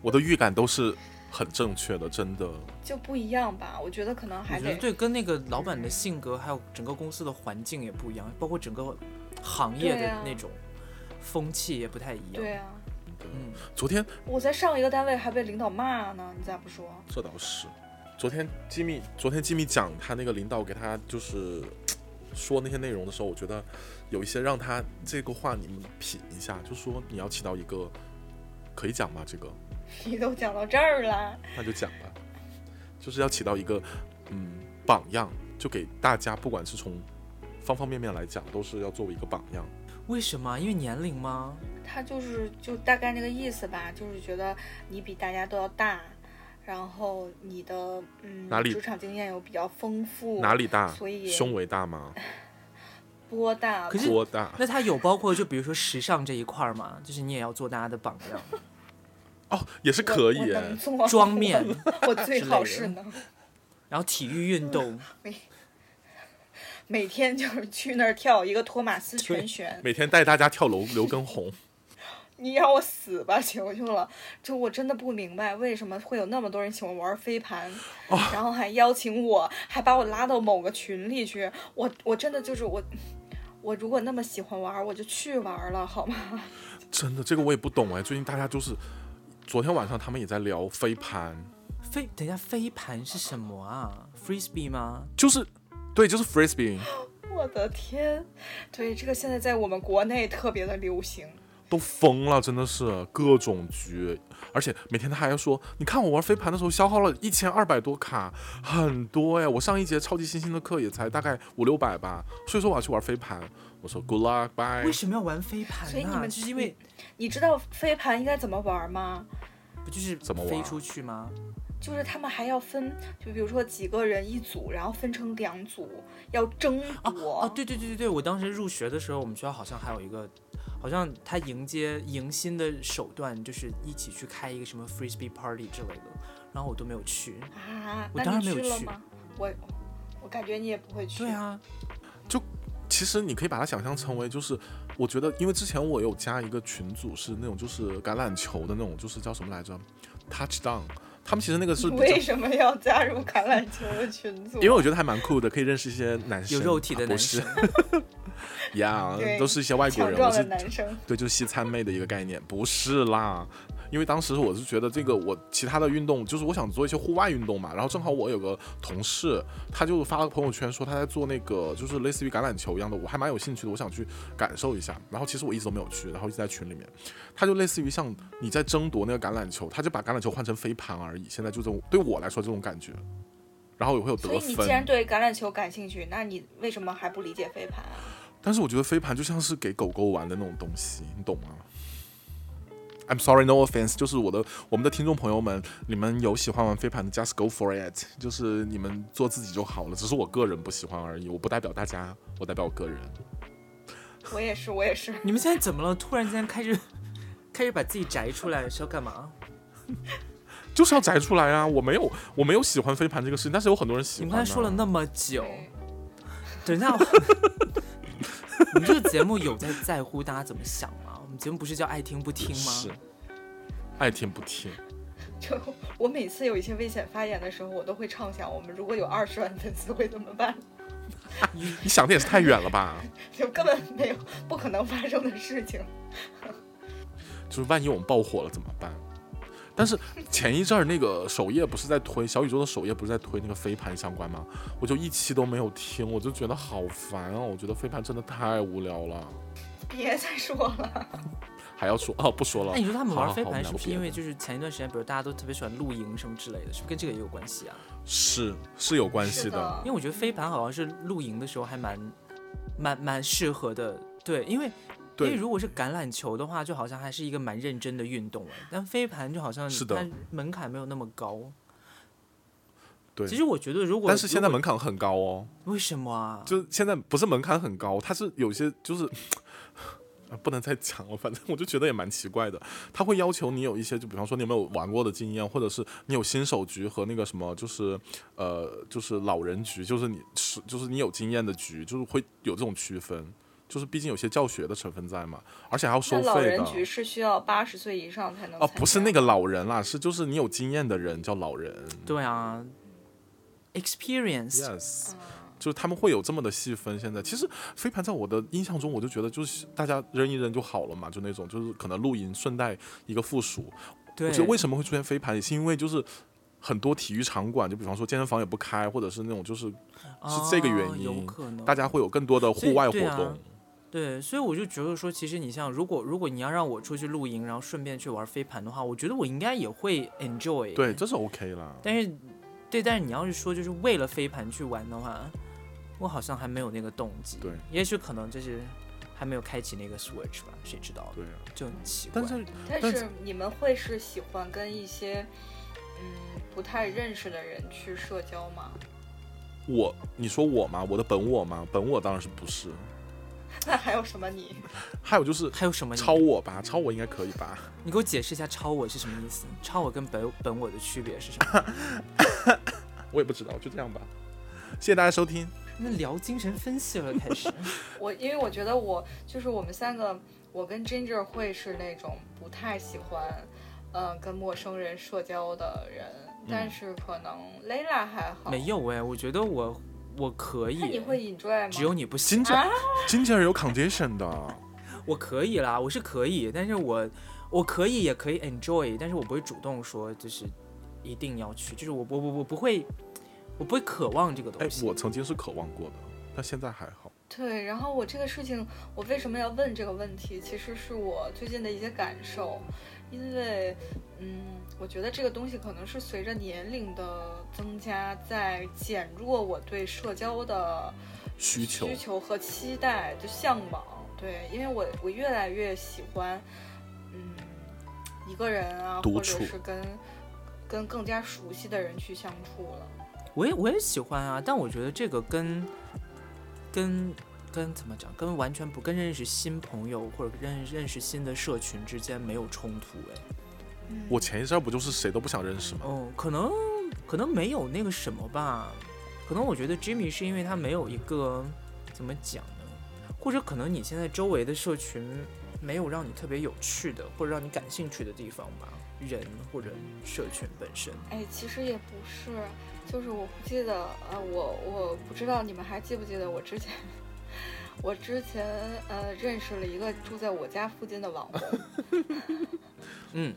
Speaker 1: 我的预感都是很正确的，真的。
Speaker 3: 就不一样吧？我觉得可能
Speaker 2: 我
Speaker 3: 还
Speaker 2: 觉得
Speaker 3: 得
Speaker 2: 对，跟那个老板的性格，还有整个公司的环境也不一样，包括整个行业
Speaker 3: 对
Speaker 2: 的
Speaker 3: 啊
Speaker 2: 那种风气也不太一样。
Speaker 3: 对啊。
Speaker 2: 嗯，
Speaker 1: 昨天
Speaker 3: 我在上一个单位还被领导骂呢，你咋不说？
Speaker 1: 这倒是，昨天吉米，昨天吉米讲他那个领导给他就是说那些内容的时候，我觉得有一些让他这个话你们品一下，就说你要起到一个可以讲吗？这个
Speaker 3: 你都讲到这儿了，
Speaker 1: 那就讲吧，就是要起到一个嗯榜样，就给大家不管是从方方面面来讲，都是要作为一个榜样。
Speaker 2: 为什么？因为年龄吗？
Speaker 3: 他就是就大概那个意思吧，就是觉得你比大家都要大，然后你的嗯
Speaker 1: 哪里
Speaker 3: 职场经验又比较丰富，
Speaker 1: 哪里大？
Speaker 3: 所以
Speaker 1: 胸围大吗？
Speaker 3: 波大
Speaker 2: 可是
Speaker 1: 多大？
Speaker 2: 那他有包括就比如说时尚这一块儿嘛，就是你也要做大家的榜样，
Speaker 1: 哦，也是
Speaker 3: 我
Speaker 1: 可
Speaker 3: 我
Speaker 1: 以
Speaker 3: 能
Speaker 1: 耶。
Speaker 3: 做
Speaker 2: 妆面，
Speaker 3: 我最
Speaker 2: 之类
Speaker 3: 好
Speaker 2: 的
Speaker 3: 是能。
Speaker 2: 然后体育运动，
Speaker 3: 每天就是去那儿跳一个托马斯
Speaker 2: 对
Speaker 3: 全旋，
Speaker 1: 每天带大家跳楼刘畊宏，
Speaker 3: 你让我死吧， 求求了！就我真的不明白为什么会有那么多人喜欢玩飞盘，
Speaker 2: 哦
Speaker 3: 然后还邀请我，还把我拉到某个群里去。我我真的就是我，我如果那么喜欢玩，我就去玩了，好吗？
Speaker 1: 真的这个我也不懂哎。最近大家就是，昨天晚上他们也在聊飞盘，
Speaker 2: 飞，等一下飞盘是什么啊？Frisbee 吗？
Speaker 1: 就是对，就是 frisbee
Speaker 3: 我的天，对这个现在在我们国内特别的流行。
Speaker 1: 都疯了，真的是各种局，而且每天他还要说，你看我玩飞盘的时候消耗了一千二百多卡，很多哎。我上一节超级星星的课也才大概五六百吧，所以说我要去玩飞盘。我说 good luck，bye
Speaker 2: 为。什么要玩飞盘
Speaker 3: 所以你
Speaker 2: 啊？
Speaker 3: 们
Speaker 2: 就是因为
Speaker 3: 你知道飞盘应该怎么玩吗？嗯
Speaker 2: 不就是
Speaker 1: 怎么玩啊
Speaker 2: 飞出去吗？
Speaker 3: 就是他们还要分，就比如说几个人一组，然后分成两组，要争夺。
Speaker 2: 哦，对对对对对，我当时入学的时候，我们学校好像还有一个，好像他迎接迎新的手段就是一起去开一个什么 frisbee party 之类的，然后我都没有去。
Speaker 3: 啊，
Speaker 2: 我
Speaker 3: 那
Speaker 2: 当然
Speaker 3: 你
Speaker 2: 没有
Speaker 3: 去了
Speaker 2: 去啊
Speaker 3: 吗？我我感觉你也不会去。
Speaker 2: 对，啊，
Speaker 1: 其实你可以把它想象成为，就是我觉得，因为之前我有加一个群组，是那种就是橄榄球的那种，就是叫什么来着，touchdown。他们其实那个是比较
Speaker 3: 为什么要加入橄榄球的群组？
Speaker 1: 因为我觉得还蛮酷的，可以认识一些男生，
Speaker 2: 有肉体的
Speaker 1: 啊不
Speaker 2: 男
Speaker 1: 是
Speaker 2: 生，
Speaker 1: 呀
Speaker 3: 对
Speaker 1: 都是一些外国
Speaker 3: 强
Speaker 1: 人，
Speaker 3: 壮
Speaker 1: 我
Speaker 3: 的
Speaker 1: 是
Speaker 3: 男生，
Speaker 1: 对，就是西餐妹的一个概念，不是啦。因为当时我是觉得这个我其他的运动，就是我想做一些户外运动嘛，然后正好我有个同事，他就发了个朋友圈说他在做那个就是类似于橄榄球一样的，我还蛮有兴趣的，我想去感受一下。然后其实我一直都没有去，然后一直在群里面，他就类似于像你在争夺那个橄榄球，他就把橄榄球换成飞盘而已。现在就这种对我来说这种感觉，然后也会有得
Speaker 3: 所以
Speaker 1: 分。
Speaker 3: 你既然对橄榄球感兴趣，那你为什么还不理解飞盘啊？
Speaker 1: 但是我觉得飞盘就像是给狗狗玩的那种东西，你懂吗？I'm sorry, no offense，就是我的我们的听众朋友们，你们有喜欢玩飞盘的，just go for it，就是你们做自己就好了。只是我个人不喜欢而已，我不代表大家，我代表我个人。
Speaker 3: 我也是，我也是，
Speaker 2: 你们现在怎么了？突然间开始 开始把自己摘出来是要干嘛？
Speaker 1: 就是要摘出来啊！我没有，我没有喜欢飞盘这个事情，但是有很多人喜
Speaker 2: 你
Speaker 1: 欢、啊
Speaker 2: 们刚才说了那么久，
Speaker 3: 对
Speaker 2: 等 一下，我你们这个节目有在在乎大家怎么想吗？我们节目不是叫爱听不听
Speaker 1: 是
Speaker 2: 吗？，
Speaker 1: 爱听不听。
Speaker 3: 就我每次有一些危险发言的时候，我都会畅想，我们如果有二十万粉丝会怎么办？
Speaker 1: 你想的也是太远了吧？
Speaker 3: 就根本没有不可能发生的事情。
Speaker 1: 就是万一我们爆火了怎么办？但是前一阵儿那个首页不是在推小宇宙的首页不是在推那个飞盘相关吗？我就一期都没有听，我就觉得好烦啊！我觉得飞盘真的太无聊了，
Speaker 3: 别再说了，
Speaker 1: 还要说哦，不说了
Speaker 2: 那。你说他们玩
Speaker 1: 好
Speaker 2: 飞
Speaker 1: 好我
Speaker 2: 盘
Speaker 1: 们
Speaker 2: 是
Speaker 1: 聊
Speaker 2: 不是
Speaker 1: 别
Speaker 2: 因
Speaker 1: 的
Speaker 2: 为就是前一段时间，比如大家都特别喜欢露营什么之类的，是不是跟这个也有关系啊？
Speaker 1: 是是有关系
Speaker 3: 是的
Speaker 2: 因为，我觉得飞盘好像是露营的时候还蛮蛮蛮适合的，对，因为因为
Speaker 1: 对
Speaker 2: 如果是橄榄球的话，就好像还是一个蛮认真的运动哎，但飞盘就好像
Speaker 1: 是的
Speaker 2: 它门槛没有那么高。
Speaker 1: 对。
Speaker 2: 其实我觉得如果
Speaker 1: 但是现在
Speaker 2: 如果
Speaker 1: 门槛很高哦，
Speaker 2: 为什么啊？
Speaker 1: 就是现在不是门槛很高，它是有些就是。 啊不能再讲了，反正我就觉得也蛮奇怪的。他会要求你有一些，就比方说你有没有玩过的经验，或者是你有新手局和那个什么，就是呃，就是老人局，就是你是就是你有经验的局，就是会有这种区分。就是毕竟有些教学的成分在嘛，而且还要收
Speaker 3: 那
Speaker 1: 费的。
Speaker 3: 老人局是需要八十岁以上才能
Speaker 1: 哦，不是那
Speaker 3: 个
Speaker 1: 个老人啦，是就是你有经验的人叫老人。
Speaker 2: 对啊，experience，、
Speaker 1: Yes，就是
Speaker 3: 啊
Speaker 1: 他们会有这么的细分。现在其实飞盘在我的印象中，我就觉得就是大家扔一扔就好了嘛，就那种就是可能露营顺带一个附属。
Speaker 2: 对，
Speaker 1: 我觉得为什么会出现飞盘，也是因为就是。很多体育场馆，就比方说健身房也不开，或者是那种就是是这个原
Speaker 2: 哦
Speaker 1: 因
Speaker 2: 有可能
Speaker 1: 大家会有更多的
Speaker 2: 所以
Speaker 1: 户外活
Speaker 2: 对啊
Speaker 1: 动。
Speaker 2: 对，所以我就觉得说，其实你像如果如果你要让我出去露营，然后顺便去玩飞盘的话，我觉得我应该也会 enjoy。
Speaker 1: 对，这是 OK 啦。
Speaker 2: 但是，对，但是你要是说就是为了飞盘去玩的话，我好像还没有那个动机。
Speaker 1: 对，
Speaker 2: 也许可能就是还没有开启那个 Switch 吧，谁知道？
Speaker 1: 对啊，
Speaker 2: 就很奇怪。
Speaker 1: 但是
Speaker 3: 但
Speaker 1: 但
Speaker 3: 是你们会是喜欢跟一些嗯不太认识的人去社交吗？
Speaker 1: 我你说我吗？我的本我吗？本我当然是不是。
Speaker 3: 那还有什么你？
Speaker 1: 还有就是
Speaker 2: 还有什么你？
Speaker 1: 超我吧，超我应该可以吧？
Speaker 2: 你给我解释一下超我是什么意思？超我跟本本我的区别是什么？
Speaker 1: 我也不知道，就这样吧。谢谢大家收听。
Speaker 2: 那聊精神分析了开 始。
Speaker 3: 我因为我觉得我就是我们三个，我跟 Ginger 会是那种不太喜欢，呃，跟陌生人社交的人，但是可能 Layla 还
Speaker 2: 嗯
Speaker 3: 好。
Speaker 2: 没有哎、我觉得我我可以
Speaker 3: 那
Speaker 2: 欸，
Speaker 3: 你会 enjoy 吗？
Speaker 2: 只有你不行
Speaker 1: 金。姐，金姐有 condition 的，
Speaker 2: 我可以啦，我是可以，但是我我可以也可以 enjoy，但是我不会主动说就是一定要去，就是我我我我不会，我不会渴望这个
Speaker 1: 哎
Speaker 2: 东，西。
Speaker 1: 我曾经是渴望过的，但现在还好。
Speaker 3: 对，然后我这个事情，我为什么要问这个问题？其实是我最近的一些感受，因为，嗯，我觉得这个东西可能是随着年龄的增加，在减弱我对社交的
Speaker 1: 需求
Speaker 3: 需求和期待，就向往。对，因为我我越来越喜欢，嗯，一个人啊，
Speaker 1: 独
Speaker 3: 或者
Speaker 1: 处
Speaker 3: 是跟跟更加熟悉的人去相处了。
Speaker 2: 我也我也喜欢啊，但我觉得这个跟跟跟怎么讲，跟完全不跟认识新朋友或者认认识新的社群之间没有冲突哎。
Speaker 3: 嗯
Speaker 1: 我前一阵儿不就是谁都不想认识吗？
Speaker 2: 哦，可能可能没有那个什么吧，可能我觉得 Jimmy 是因为他没有一个怎么讲呢，或者可能你现在周围的社群没有让你特别有趣的，或者让你感兴趣的地方吧，人或者社群本身。
Speaker 3: 哎，其实也不是，就是我不记得，呃，我我不知道你们还记不记得我之前， 我之前呃认识了一个住在我家附近的网红，
Speaker 2: 嗯，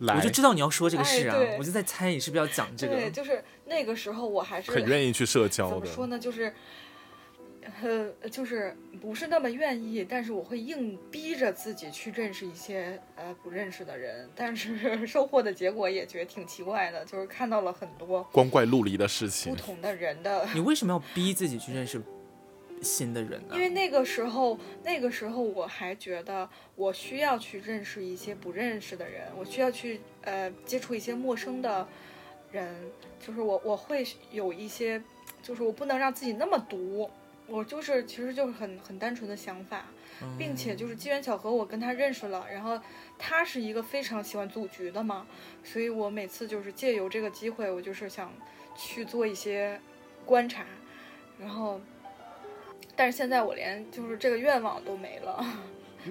Speaker 4: 来，
Speaker 2: 我就知道你要说这个事啊，
Speaker 3: 哎对
Speaker 2: 我就在猜你是不是要讲这
Speaker 3: 对，
Speaker 2: 个。
Speaker 3: 就是那个时候我还是
Speaker 1: 很愿意去社
Speaker 3: 怎
Speaker 1: 交
Speaker 3: 么
Speaker 1: 的。
Speaker 3: 说呢，就是。呃，就是不是那么愿意，但是我会硬逼着自己去认识一些呃不认识的人，但是 收获的结果也觉得挺奇怪的，就是看到了很多
Speaker 1: 光怪陆离的事情
Speaker 3: 不，同的人的
Speaker 2: 你为什么要逼自己去认识新的人呢、
Speaker 3: 因为那个时候，那个时候我还觉得我需要去认识一些不认识的人，我需要去呃接触一些陌生的人，就是我我会有一些，就是我不能让自己那么独，我就是其实就是很很单纯的想法，
Speaker 2: 嗯
Speaker 3: 并且就是机缘巧合，我跟他认识了，然后他是一个非常喜欢组局的嘛，所以我每次就是借由这个机会，我就是想去做一些观察，然后，但是现在我连就是这个愿望都没了，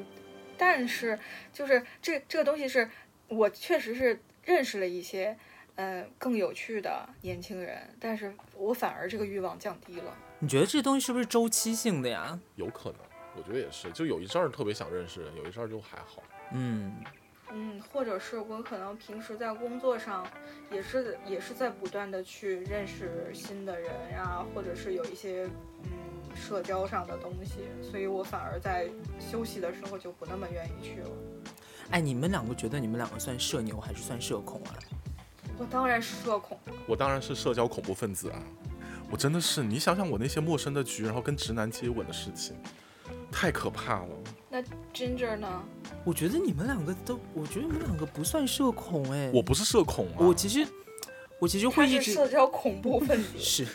Speaker 3: 但是就是这这个东西是我确实是认识了一些。嗯，更有趣的年轻人，但是我反而这个欲望降低了。
Speaker 2: 你觉得这东西是不是周期性的呀？
Speaker 1: 有可能，我觉得也是。就有一阵儿特别想认识人，有一阵儿就还好。
Speaker 2: 嗯，
Speaker 3: 嗯，或者是我可能平时在工作上也是也是在不断的去认识新的人呀、或者是有一些嗯社交上的东西，所以我反而在休息的时候就不那么愿意去了。
Speaker 2: 哎，你们两个觉得你们两个算社牛还是算社恐啊？
Speaker 3: 我当然是社恐，
Speaker 1: 我当然是社交恐怖分子啊！我真的是，你想想我那些陌生的局，然后跟直男接吻的事情，太可怕了。
Speaker 3: 那 Ginger 呢？
Speaker 2: 我觉得你们两个都，我觉得你们两个不算社恐哎、
Speaker 1: 我不是社恐啊，
Speaker 2: 我其实我其实
Speaker 3: 他
Speaker 2: 会一
Speaker 3: 是
Speaker 2: 直
Speaker 3: 社交恐怖分 子。
Speaker 2: 是，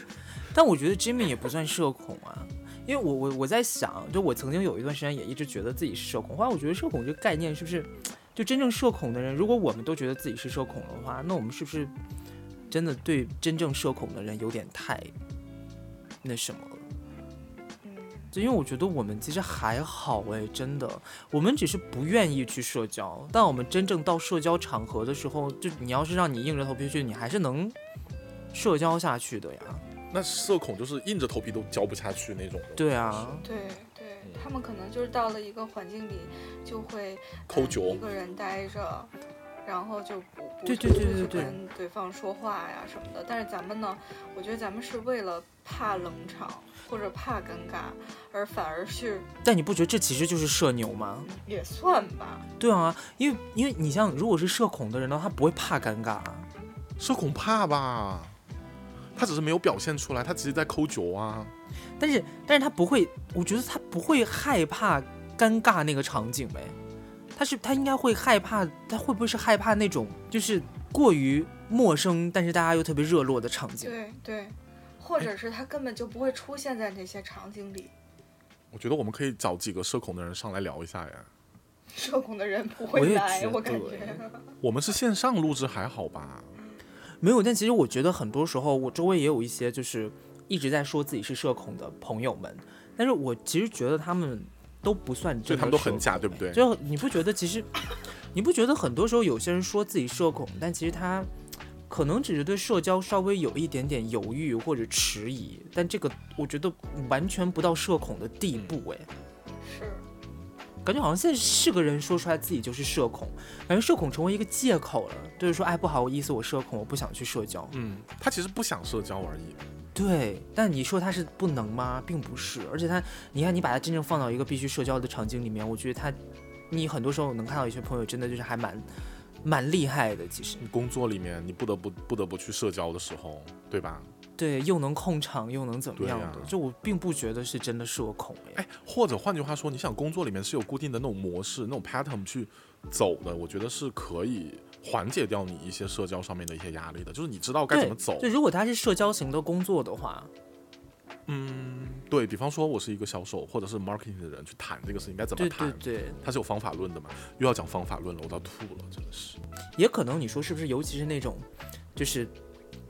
Speaker 2: 但我觉得 Jimmy 也不算社恐啊，因为我我我在想，就我曾经有一段时间也一直觉得自己是社恐，后来我觉得社恐这个概念是不是，就真正社恐的人，如果我们都觉得自己是社恐的话，那我们是不是真的对真正社恐的人有点太那什么了？
Speaker 3: 嗯，
Speaker 2: 就因为我觉得我们其实还好哎，真的，我们只是不愿意去社交，但我们真正到社交场合的时候，就你要是让你硬着头皮去，你还是能社交下去的呀。
Speaker 1: 那社恐就是硬着头皮都交不下去那种的，
Speaker 2: 对啊，
Speaker 3: 对对，他们可能就是到了一个环境里就会
Speaker 1: 抠
Speaker 3: 呃
Speaker 1: 脚
Speaker 3: 一个人待着，然后就不不
Speaker 2: 对
Speaker 3: 不
Speaker 2: 对对
Speaker 3: 去
Speaker 2: 对对
Speaker 3: 跟对方说话呀什么的。但是咱们呢，我觉得咱们是为了怕冷场或者怕尴尬，而反而是
Speaker 2: 但你不觉得这其实就是社牛吗？
Speaker 3: 嗯也算吧，
Speaker 2: 对啊，因为因为你像如果是社恐的人呢，他不会怕尴尬啊，
Speaker 1: 社恐怕吧？他只是没有表现出来，他只是在抠脚啊。
Speaker 2: 但是但是他不会，我觉得他不会害怕尴尬那个场景呗，他是他应该会害怕，他会不会是害怕那种就是过于陌生，但是大家又特别热络的场景？
Speaker 3: 对
Speaker 2: 哎
Speaker 3: 对，或者是他根本就不会出现在那些场景里。
Speaker 1: 我觉得我们可以找几个社恐的人上来聊一下呀。
Speaker 3: 社恐的人不
Speaker 2: 我
Speaker 3: 会
Speaker 2: 也
Speaker 3: 来，
Speaker 2: 觉
Speaker 3: 我感
Speaker 2: 得哎
Speaker 3: 觉
Speaker 1: 我们是线上录制还好吧？
Speaker 2: 没有，但其实我觉得很多时候，我周围也有一些就是一直在说自己是社恐的朋友们，但是我其实觉得他们都不算真的
Speaker 1: 所以他们都很
Speaker 2: 社恐哎
Speaker 1: 假，对不对？
Speaker 2: 就你不觉得其实，你不觉得很多时候有些人说自己社恐，但其实他可能只是对社交稍微有一点点犹豫或者迟疑，但这个我觉得完全不到社恐的地
Speaker 1: 嗯
Speaker 2: 步哎。
Speaker 3: 是。
Speaker 2: 感觉好像现在是个人说出来自己就是社恐，感觉社恐成为一个借口了，就是说，哎，不好意思，我社恐，我不想去社交。
Speaker 1: 嗯，他其实不想社交而已。
Speaker 2: 对，但你说他是不能吗？并不是，而且他，你看你把他真正放到一个必须社交的场景里面，我觉得他，你很多时候能看到有些朋友真的就是还蛮，蛮厉害的，其实
Speaker 1: 你工作里面你不得不不得不去社交的时候，对吧？
Speaker 2: 对，又能控场又能怎么
Speaker 1: 对
Speaker 2: 样
Speaker 1: 呀
Speaker 2: 的，就我并不觉得是真的社恐哎，
Speaker 1: 哎，或者换句话说，你想工作里面是有固定的那种模式、那种 pattern 去走的，我觉得是可以缓解掉你一些社交上面的一些压力的，就是你知道该
Speaker 2: 对，
Speaker 1: 怎么走啊
Speaker 2: 就。如果他是社交型的工作的话，
Speaker 1: 嗯，对比方说，我是一个销售或者是 marketing 的人去谈这个事情该怎么
Speaker 2: 对
Speaker 1: 谈
Speaker 2: 对，对，
Speaker 1: 它是有方法论的嘛？又要讲方法论了，我都要吐了，真的是。
Speaker 2: 也可能你说是不是，尤其是那种，就是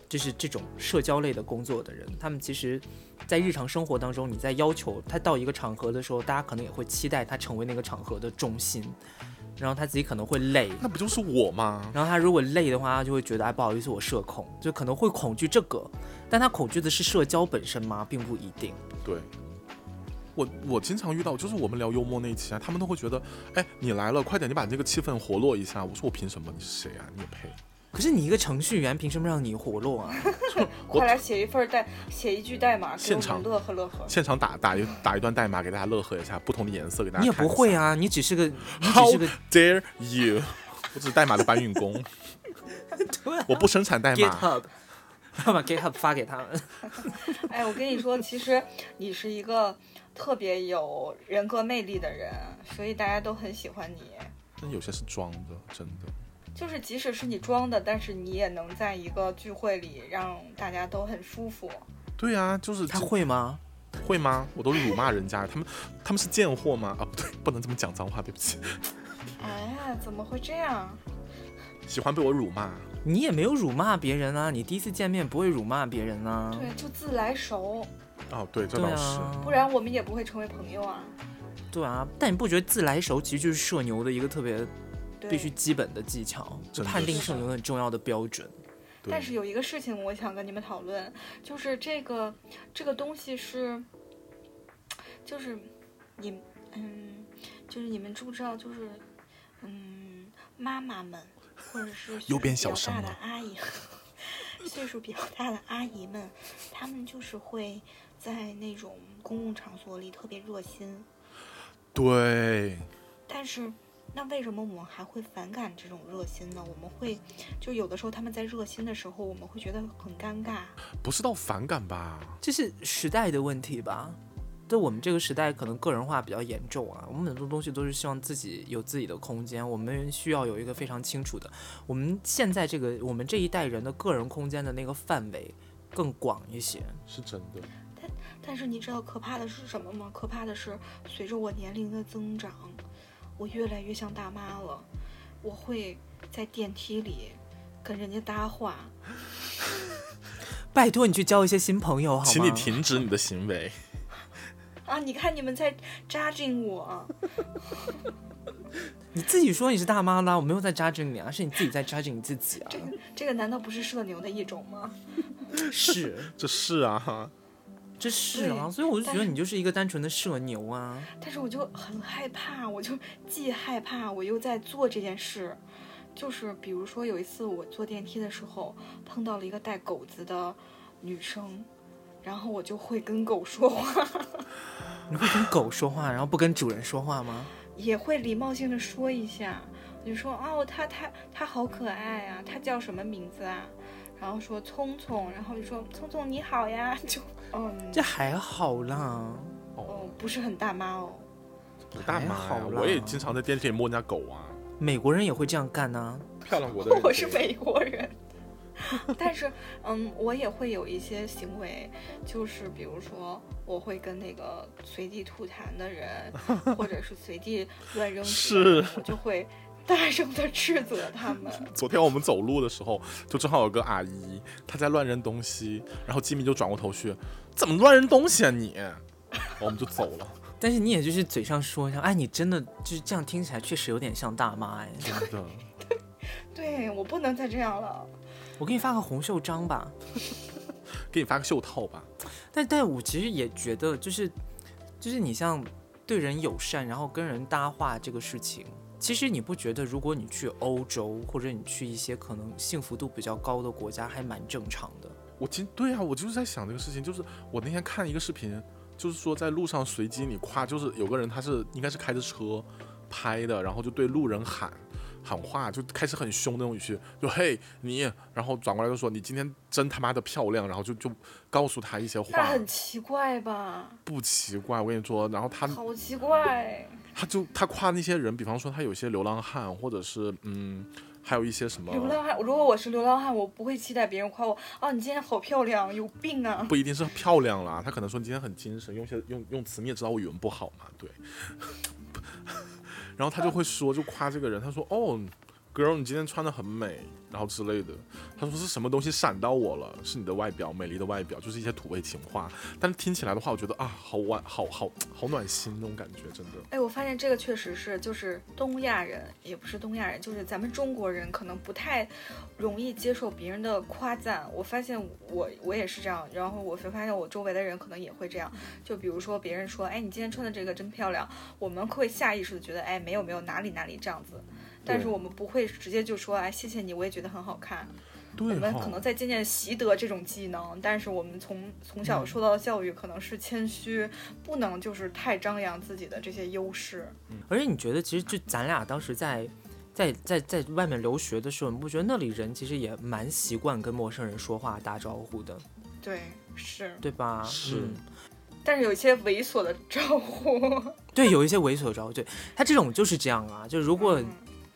Speaker 2: 就是这种社交类的工作的人，他们其实，在日常生活当中，你在要求他到一个场合的时候，大家可能也会期待他成为那个场合的中心，然后他自己可能会累，
Speaker 4: 那不就是我吗？
Speaker 2: 然后他如果累的话，他就会觉得哎不好意思，我社恐，就可能会恐惧这个，但他恐惧的是社交本身吗？并不一定。
Speaker 1: 对，我我经常遇到，就是我们聊幽默那一期啊，他们都会觉得，哎，你来了，快点，你把这个气氛活络一下。我说我凭什么？你是谁啊？你也配？
Speaker 2: 可是你一个程序员，凭什么让你活络 啊？
Speaker 1: 我
Speaker 3: 快来写一份儿代，写一句代码，给
Speaker 1: 现
Speaker 3: 我
Speaker 1: 场
Speaker 3: 们乐呵乐呵。
Speaker 1: 现场打打一打一段代码给大家乐呵一下，不同的颜色给大家。
Speaker 2: 你也不会。啊，你只是个，你只
Speaker 1: How
Speaker 2: 是个
Speaker 1: dare you！我只是代码的搬运工，我不生产代码。
Speaker 2: GitHub，要把 GitHub 发给他们。
Speaker 3: 哎，我跟你说，其实你是一个特别有人格魅力的人，所以大家都很喜欢你。
Speaker 1: 但有些是装的，真的。
Speaker 3: 就是即使是你装的，但是你也能在一个聚会里让大家都很舒服。
Speaker 1: 对啊，就是
Speaker 2: 他会吗？
Speaker 1: 会吗？我都辱骂人家，他们他们是贱货吗？啊，不对，不能这么讲脏话，对不起。
Speaker 3: 哎呀，怎么会这样？
Speaker 1: 喜欢被我辱骂，
Speaker 2: 你也没有辱骂别人啊，你第一次见面不会辱骂别人啊。
Speaker 3: 对，就自来熟，
Speaker 1: 哦，对，这
Speaker 2: 对
Speaker 1: 倒是。
Speaker 2: 啊，
Speaker 3: 不然我们也不会成为朋友啊。
Speaker 2: 对啊，但你不觉得自来熟其实就是社牛的一个特别
Speaker 3: 对，
Speaker 2: 必须基本的技巧，
Speaker 1: 真的
Speaker 2: 判定
Speaker 1: 是
Speaker 2: 社牛很重要的标准。
Speaker 1: 对
Speaker 3: 但是有一个事情我想跟你们讨论，就是这个这个东西是，就是你嗯，就是你们知不知道，就是嗯，妈妈们或者是岁
Speaker 1: 又
Speaker 3: 数比
Speaker 1: 变小
Speaker 3: 较
Speaker 1: 声
Speaker 3: 大的
Speaker 1: 了
Speaker 3: 阿姨， 岁数比较大的阿姨们，她们就是会在那种公共场所里特别热心，
Speaker 1: 对，
Speaker 3: 但是，那为什么我们还会反感这种热心呢？我们会，就有的时候他们在热心的时候，我们会觉得很尴尬。
Speaker 1: 不是到反感吧？
Speaker 2: 这是时代的问题吧？对我们这个时代，可能个人化比较严重啊。我们很多东西都是希望自己有自己的空间，我们需要有一个非常清楚的。我们现在这个，我们这一代人的个人空间的那个范围更广一些。
Speaker 1: 是真的。
Speaker 3: 但是你知道可怕的是什么吗？可怕的是，随着我年龄的增长，我越来越像大妈了。我会在电梯里跟人家搭话，
Speaker 2: 拜托你去交一些新朋友好吗？
Speaker 4: 请你停止你的行为。
Speaker 3: 啊，你看你们在扎进我，
Speaker 2: 你自己说你是大妈啦，我没有在 judging 你啊，是你自己在 judging 你自己啊。
Speaker 3: 这个难道不是社牛的一种吗？
Speaker 2: 是，
Speaker 4: 这是啊，
Speaker 2: 这是啊，所以我就觉得你就是一个单纯的社牛啊。
Speaker 3: 但是我就很害怕，我就既害怕，我又在做这件事。就是比如说有一次我坐电梯的时候碰到了一个带狗子的女生，然后我就会跟狗说话，
Speaker 2: 你会跟狗说话，然后不跟主人说话吗？
Speaker 3: 也会礼貌性的说一下，我就说哦，它它它好可爱啊，它叫什么名字啊？然后说聪聪，然后就说聪聪你好呀， 就嗯
Speaker 2: 这还好啦。
Speaker 3: 哦不是很大妈哦，，
Speaker 1: 我大妈
Speaker 2: 还
Speaker 1: 呀
Speaker 2: 好啦
Speaker 1: 我也经常在电梯里摸人家狗啊。
Speaker 2: 美国人也会这样干呢、
Speaker 1: 漂亮国的人
Speaker 3: 我是美国人。 但是，嗯，我也会有一些行为，就是比如说，我会跟那个随地吐痰的人，或者是随地乱扔纸的人，我就会大声的斥责他们。
Speaker 1: 昨天我们走路的时候，就正好有个阿姨，她在乱扔东西，然后吉米就转过头去，怎么乱扔东西啊你？然后我们就走了，
Speaker 2: 但是你也就是嘴上说一下，哎，你真的就是这样，听起来确实有点像大妈哎。
Speaker 1: 真的。
Speaker 3: 对我不能再这样了。
Speaker 2: 我给你发个红袖章吧。
Speaker 1: 给你发个袖套吧，
Speaker 2: 但但我其实也觉得，就是就是你像对人友善，然后跟人搭话这个事情，其实你不觉得，如果你去欧洲或者你去一些可能幸福度比较高的国家，还蛮正常的。
Speaker 1: 我今对啊，我就是在想这个事情，就是我那天看一个视频，就是说在路上随机你夸，就是有个人他是应该是开着车拍的，然后就对路人喊喊话，就开始很凶那种语气，就嘿你，然后转过来就说你今天真他妈的漂亮，然后就就告诉他一些
Speaker 3: 那
Speaker 1: 话，
Speaker 3: 很奇怪吧？
Speaker 1: 不奇怪，我跟你说，然后他
Speaker 3: 好奇怪。
Speaker 1: 他就他夸那些人，比方说他有一些流浪汉，或者是嗯，还有一些什么。
Speaker 3: 流浪汉，如果我是流浪汉，我不会期待别人夸我啊，你今天好漂亮，有病啊。
Speaker 1: 不一定是漂亮啦，他可能说你今天很精神，用一些用用词你也知道我语文不 好嘛，对。然后他就会说，就夸这个人，他说哦， girl，你今天穿的很美，然后之类的。他说是什么东西闪到我了？是你的外表，美丽的外表，就是一些土味情话。但是听起来的话，我觉得啊，好暖，好好好暖心那种感觉，真的。
Speaker 3: 哎，我发现这个确实是，就是东亚人，也不是东亚人，就是咱们中国人可能不太容易接受别人的夸赞。我发现我我也是这样，然后我会发现我周围的人可能也会这样。就比如说别人说，哎，你今天穿的这个真漂亮，我们会下意识的觉得，哎，没有没有，哪里哪里这样子。但是
Speaker 1: 对
Speaker 3: 我们不会直接就说，哎，谢谢你，我也觉得很好看。我
Speaker 1: 对
Speaker 3: 们
Speaker 1: 哈、
Speaker 3: 可能在渐渐习得这种技能，但是我们从从小受到的教育可能是谦虚，不能就是太张扬自己的这些优势。
Speaker 2: 而且你觉得，其实就咱俩当时在在在在外面留学的时候，你不觉得那里人其实也蛮习惯跟陌生人说话打招呼的，
Speaker 3: 对，是，
Speaker 2: 对吧？
Speaker 1: 是
Speaker 2: 嗯
Speaker 3: 但是有一些猥琐的招呼。
Speaker 2: 对，有一些猥琐的招呼，对他这种就是这样啊，就如果
Speaker 3: 嗯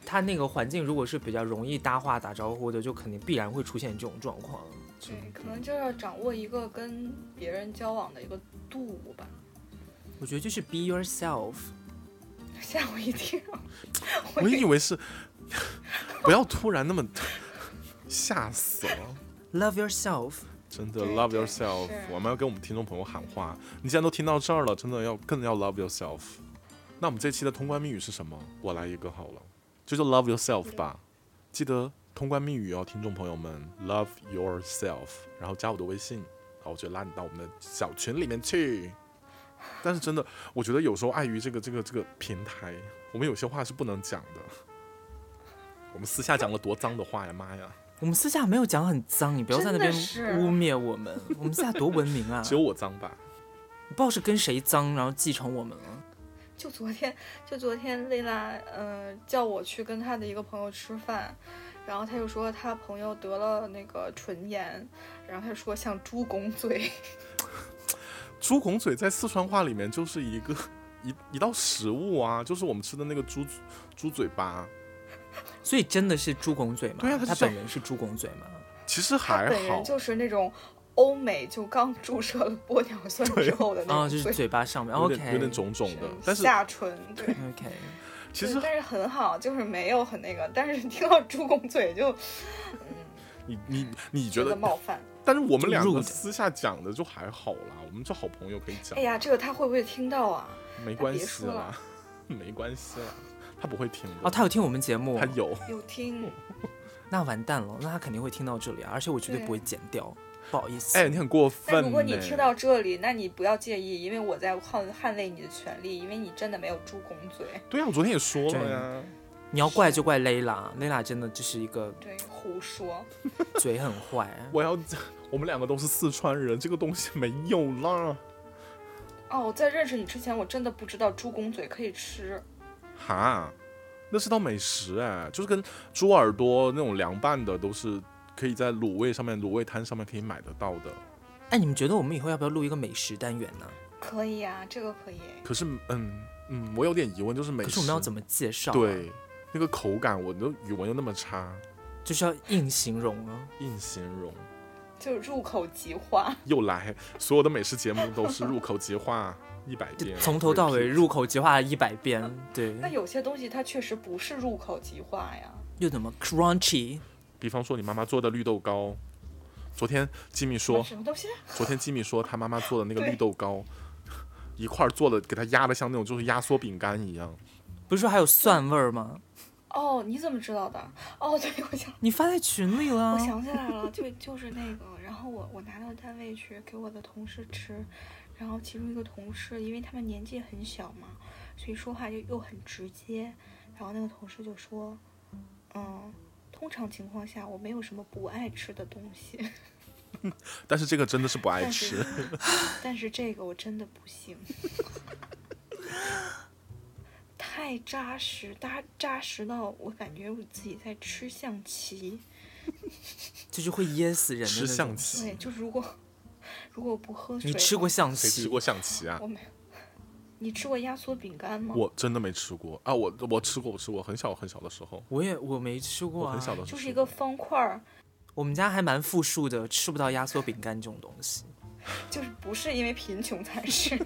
Speaker 2: 他那个环境如果是比较容易搭话打招呼的，就肯定必然会出现这种状况。
Speaker 3: 对，可能就是要掌握一个跟别人交往的一个度吧。
Speaker 2: 我觉得就是 be yourself，
Speaker 3: 吓我一跳，
Speaker 1: 我以为是 不要突然那么 吓死了。
Speaker 2: Love yourself，
Speaker 1: 真的
Speaker 3: 对
Speaker 1: love
Speaker 3: 对
Speaker 1: yourself，
Speaker 3: 是
Speaker 1: 我们要跟我们听众朋友喊话。你既然都听到这儿了，真的要更要 love yourself。那我们这期的通关密语是什么？我来一个好了，就叫 love yourself 吧。记得通关密语哦，听众朋友们，love yourself，然后加我的微信，然后我就拉你到我们的小群里面去。但是真的，我觉得有时候碍于这个这个这个平台，我们有些话是不能讲的。我们私下讲了多脏的话呀，妈呀！
Speaker 2: 我们私下没有讲很脏，你不要在那边
Speaker 3: 真的是
Speaker 2: 污蔑我们，我们私下多文明 啊！
Speaker 1: 只有我脏吧？
Speaker 2: 不知道是跟谁脏，然后继承我们啊了。
Speaker 3: 就昨天，就昨天，蕾拉，呃，叫我去跟她的一个朋友吃饭，然后她就说她朋友得了那个唇炎，然后她说像猪拱嘴，
Speaker 1: 猪拱嘴在四川话里面就是一个 一一道食物啊，就是我们吃的那个猪猪嘴巴。啊
Speaker 2: 所以真的是猪拱嘴吗？
Speaker 1: 对啊他
Speaker 2: 他
Speaker 1: 是
Speaker 2: 本人是猪拱嘴吗？
Speaker 1: 其实
Speaker 3: 她
Speaker 1: 还
Speaker 3: 本人
Speaker 1: 好，
Speaker 3: 就是那种欧美就刚注射了玻尿酸之后的
Speaker 2: 啊，
Speaker 3: 那
Speaker 2: 就
Speaker 3: 种
Speaker 2: 是
Speaker 3: 嘴，
Speaker 2: 嘴巴上面。
Speaker 1: 有点
Speaker 2: OK，
Speaker 1: 有点肿肿的，但是
Speaker 3: 下唇对。
Speaker 2: OK，
Speaker 1: 其
Speaker 3: 对
Speaker 1: 实
Speaker 3: 啊但是很好，就是没有很那个，但是听到猪拱嘴就
Speaker 1: 你你你觉
Speaker 3: 觉得
Speaker 1: 得，
Speaker 3: 冒犯。
Speaker 1: 但是我们两个
Speaker 2: rude
Speaker 1: 私下讲的就还好啦，我们就好朋友可以讲
Speaker 3: 哎，呀，这个他会不会听到啊？
Speaker 1: 没关
Speaker 3: 别
Speaker 1: 系
Speaker 3: 说
Speaker 1: 啦， 没关系啦，他不会听的。
Speaker 2: 哦，他有听我们节目
Speaker 1: 他，有，
Speaker 3: 有听，
Speaker 2: 那完蛋了，那他肯定会听到这里啊，而且我绝对
Speaker 3: 对
Speaker 2: 不会剪掉，不好意思。
Speaker 1: 哎，你很过
Speaker 3: 那
Speaker 1: 分。
Speaker 3: 如果你听，到这里，那你不要介意，因为我在捍捍卫你的权利，因为你真的没有猪拱嘴，
Speaker 1: 对啊，我昨天也说了
Speaker 2: 对
Speaker 1: 呀，
Speaker 2: 你要怪就怪 Layla，Layla 真的就是一个
Speaker 3: 对，胡说。
Speaker 2: 嘴很坏。
Speaker 1: 我要， 我们两个都是四川人，这个东西没有啦。
Speaker 3: 哦，我在认识你之前，我真的不知道猪拱嘴可以吃。
Speaker 1: 哈，那是道美食哎，就是跟猪耳朵那种凉拌的，都是可以在卤味上面、卤味摊上面可以买得到的。
Speaker 2: 哎，你们觉得我们以后要不要录一个美食单元呢？
Speaker 3: 可以啊，这个可以。
Speaker 1: 可是，嗯嗯，我有点疑问，就是美食，
Speaker 2: 可是我们要怎么介绍、啊？，
Speaker 1: 对那个口感，我的语文又那么差，
Speaker 2: 就是要硬形容啊。
Speaker 1: 硬形容。
Speaker 3: 就入口即化，
Speaker 1: 又来，所有的美食节目都是入口即化一百
Speaker 2: 就
Speaker 1: 遍，
Speaker 2: 从头到尾
Speaker 1: repeat
Speaker 2: 入口即化了一百遍，对，
Speaker 3: 那有些东西它确实不是入口即化呀。
Speaker 2: 又怎么 crunchy？
Speaker 1: 比方说你妈妈做的绿豆糕，昨天吉米说，
Speaker 3: 什么东西？
Speaker 1: 昨天吉米说他妈妈做的那个
Speaker 3: 对
Speaker 1: 绿豆糕，一块儿做的，给他压的像那种就是压缩饼干一样。
Speaker 2: 不是说还有蒜味儿吗？
Speaker 3: 哦，你怎么知道的？哦，对，我想
Speaker 2: 你发在群里了
Speaker 3: 我。想起来了，就就是那个，然后我我拿到单位去给我的同事吃，然后其中一个同事，因为他们年纪很小嘛，所以说话又又很直接，然后那个同事就说，嗯，通常情况下我没有什么不爱吃的东西，
Speaker 1: 但是这个真的是不爱
Speaker 3: 但
Speaker 1: 吃
Speaker 3: 是。但是这个我真的不行。 太扎实，扎扎实到我感觉我自己在吃象棋。
Speaker 2: 就是会噎死人的
Speaker 1: 吃
Speaker 2: 那种
Speaker 1: 象。棋，
Speaker 3: 对，就是如果如果我不喝水，
Speaker 2: 你吃过象
Speaker 1: 谁吃
Speaker 2: 棋？
Speaker 1: 过象棋啊
Speaker 3: 我？没有。你吃过压缩饼干吗？
Speaker 1: 我真的没吃过啊！我我吃过，我吃过，很小很小的时候，
Speaker 2: 我也我没吃过
Speaker 1: 我
Speaker 2: 啊。
Speaker 1: 很小的时
Speaker 3: 就
Speaker 1: 候
Speaker 3: 是一
Speaker 1: 吃
Speaker 3: 个
Speaker 1: 过。
Speaker 3: 方块儿，
Speaker 2: 我们家还蛮富庶的，吃不到压缩饼干这种东西。
Speaker 3: 就是不是因为贫穷 才是，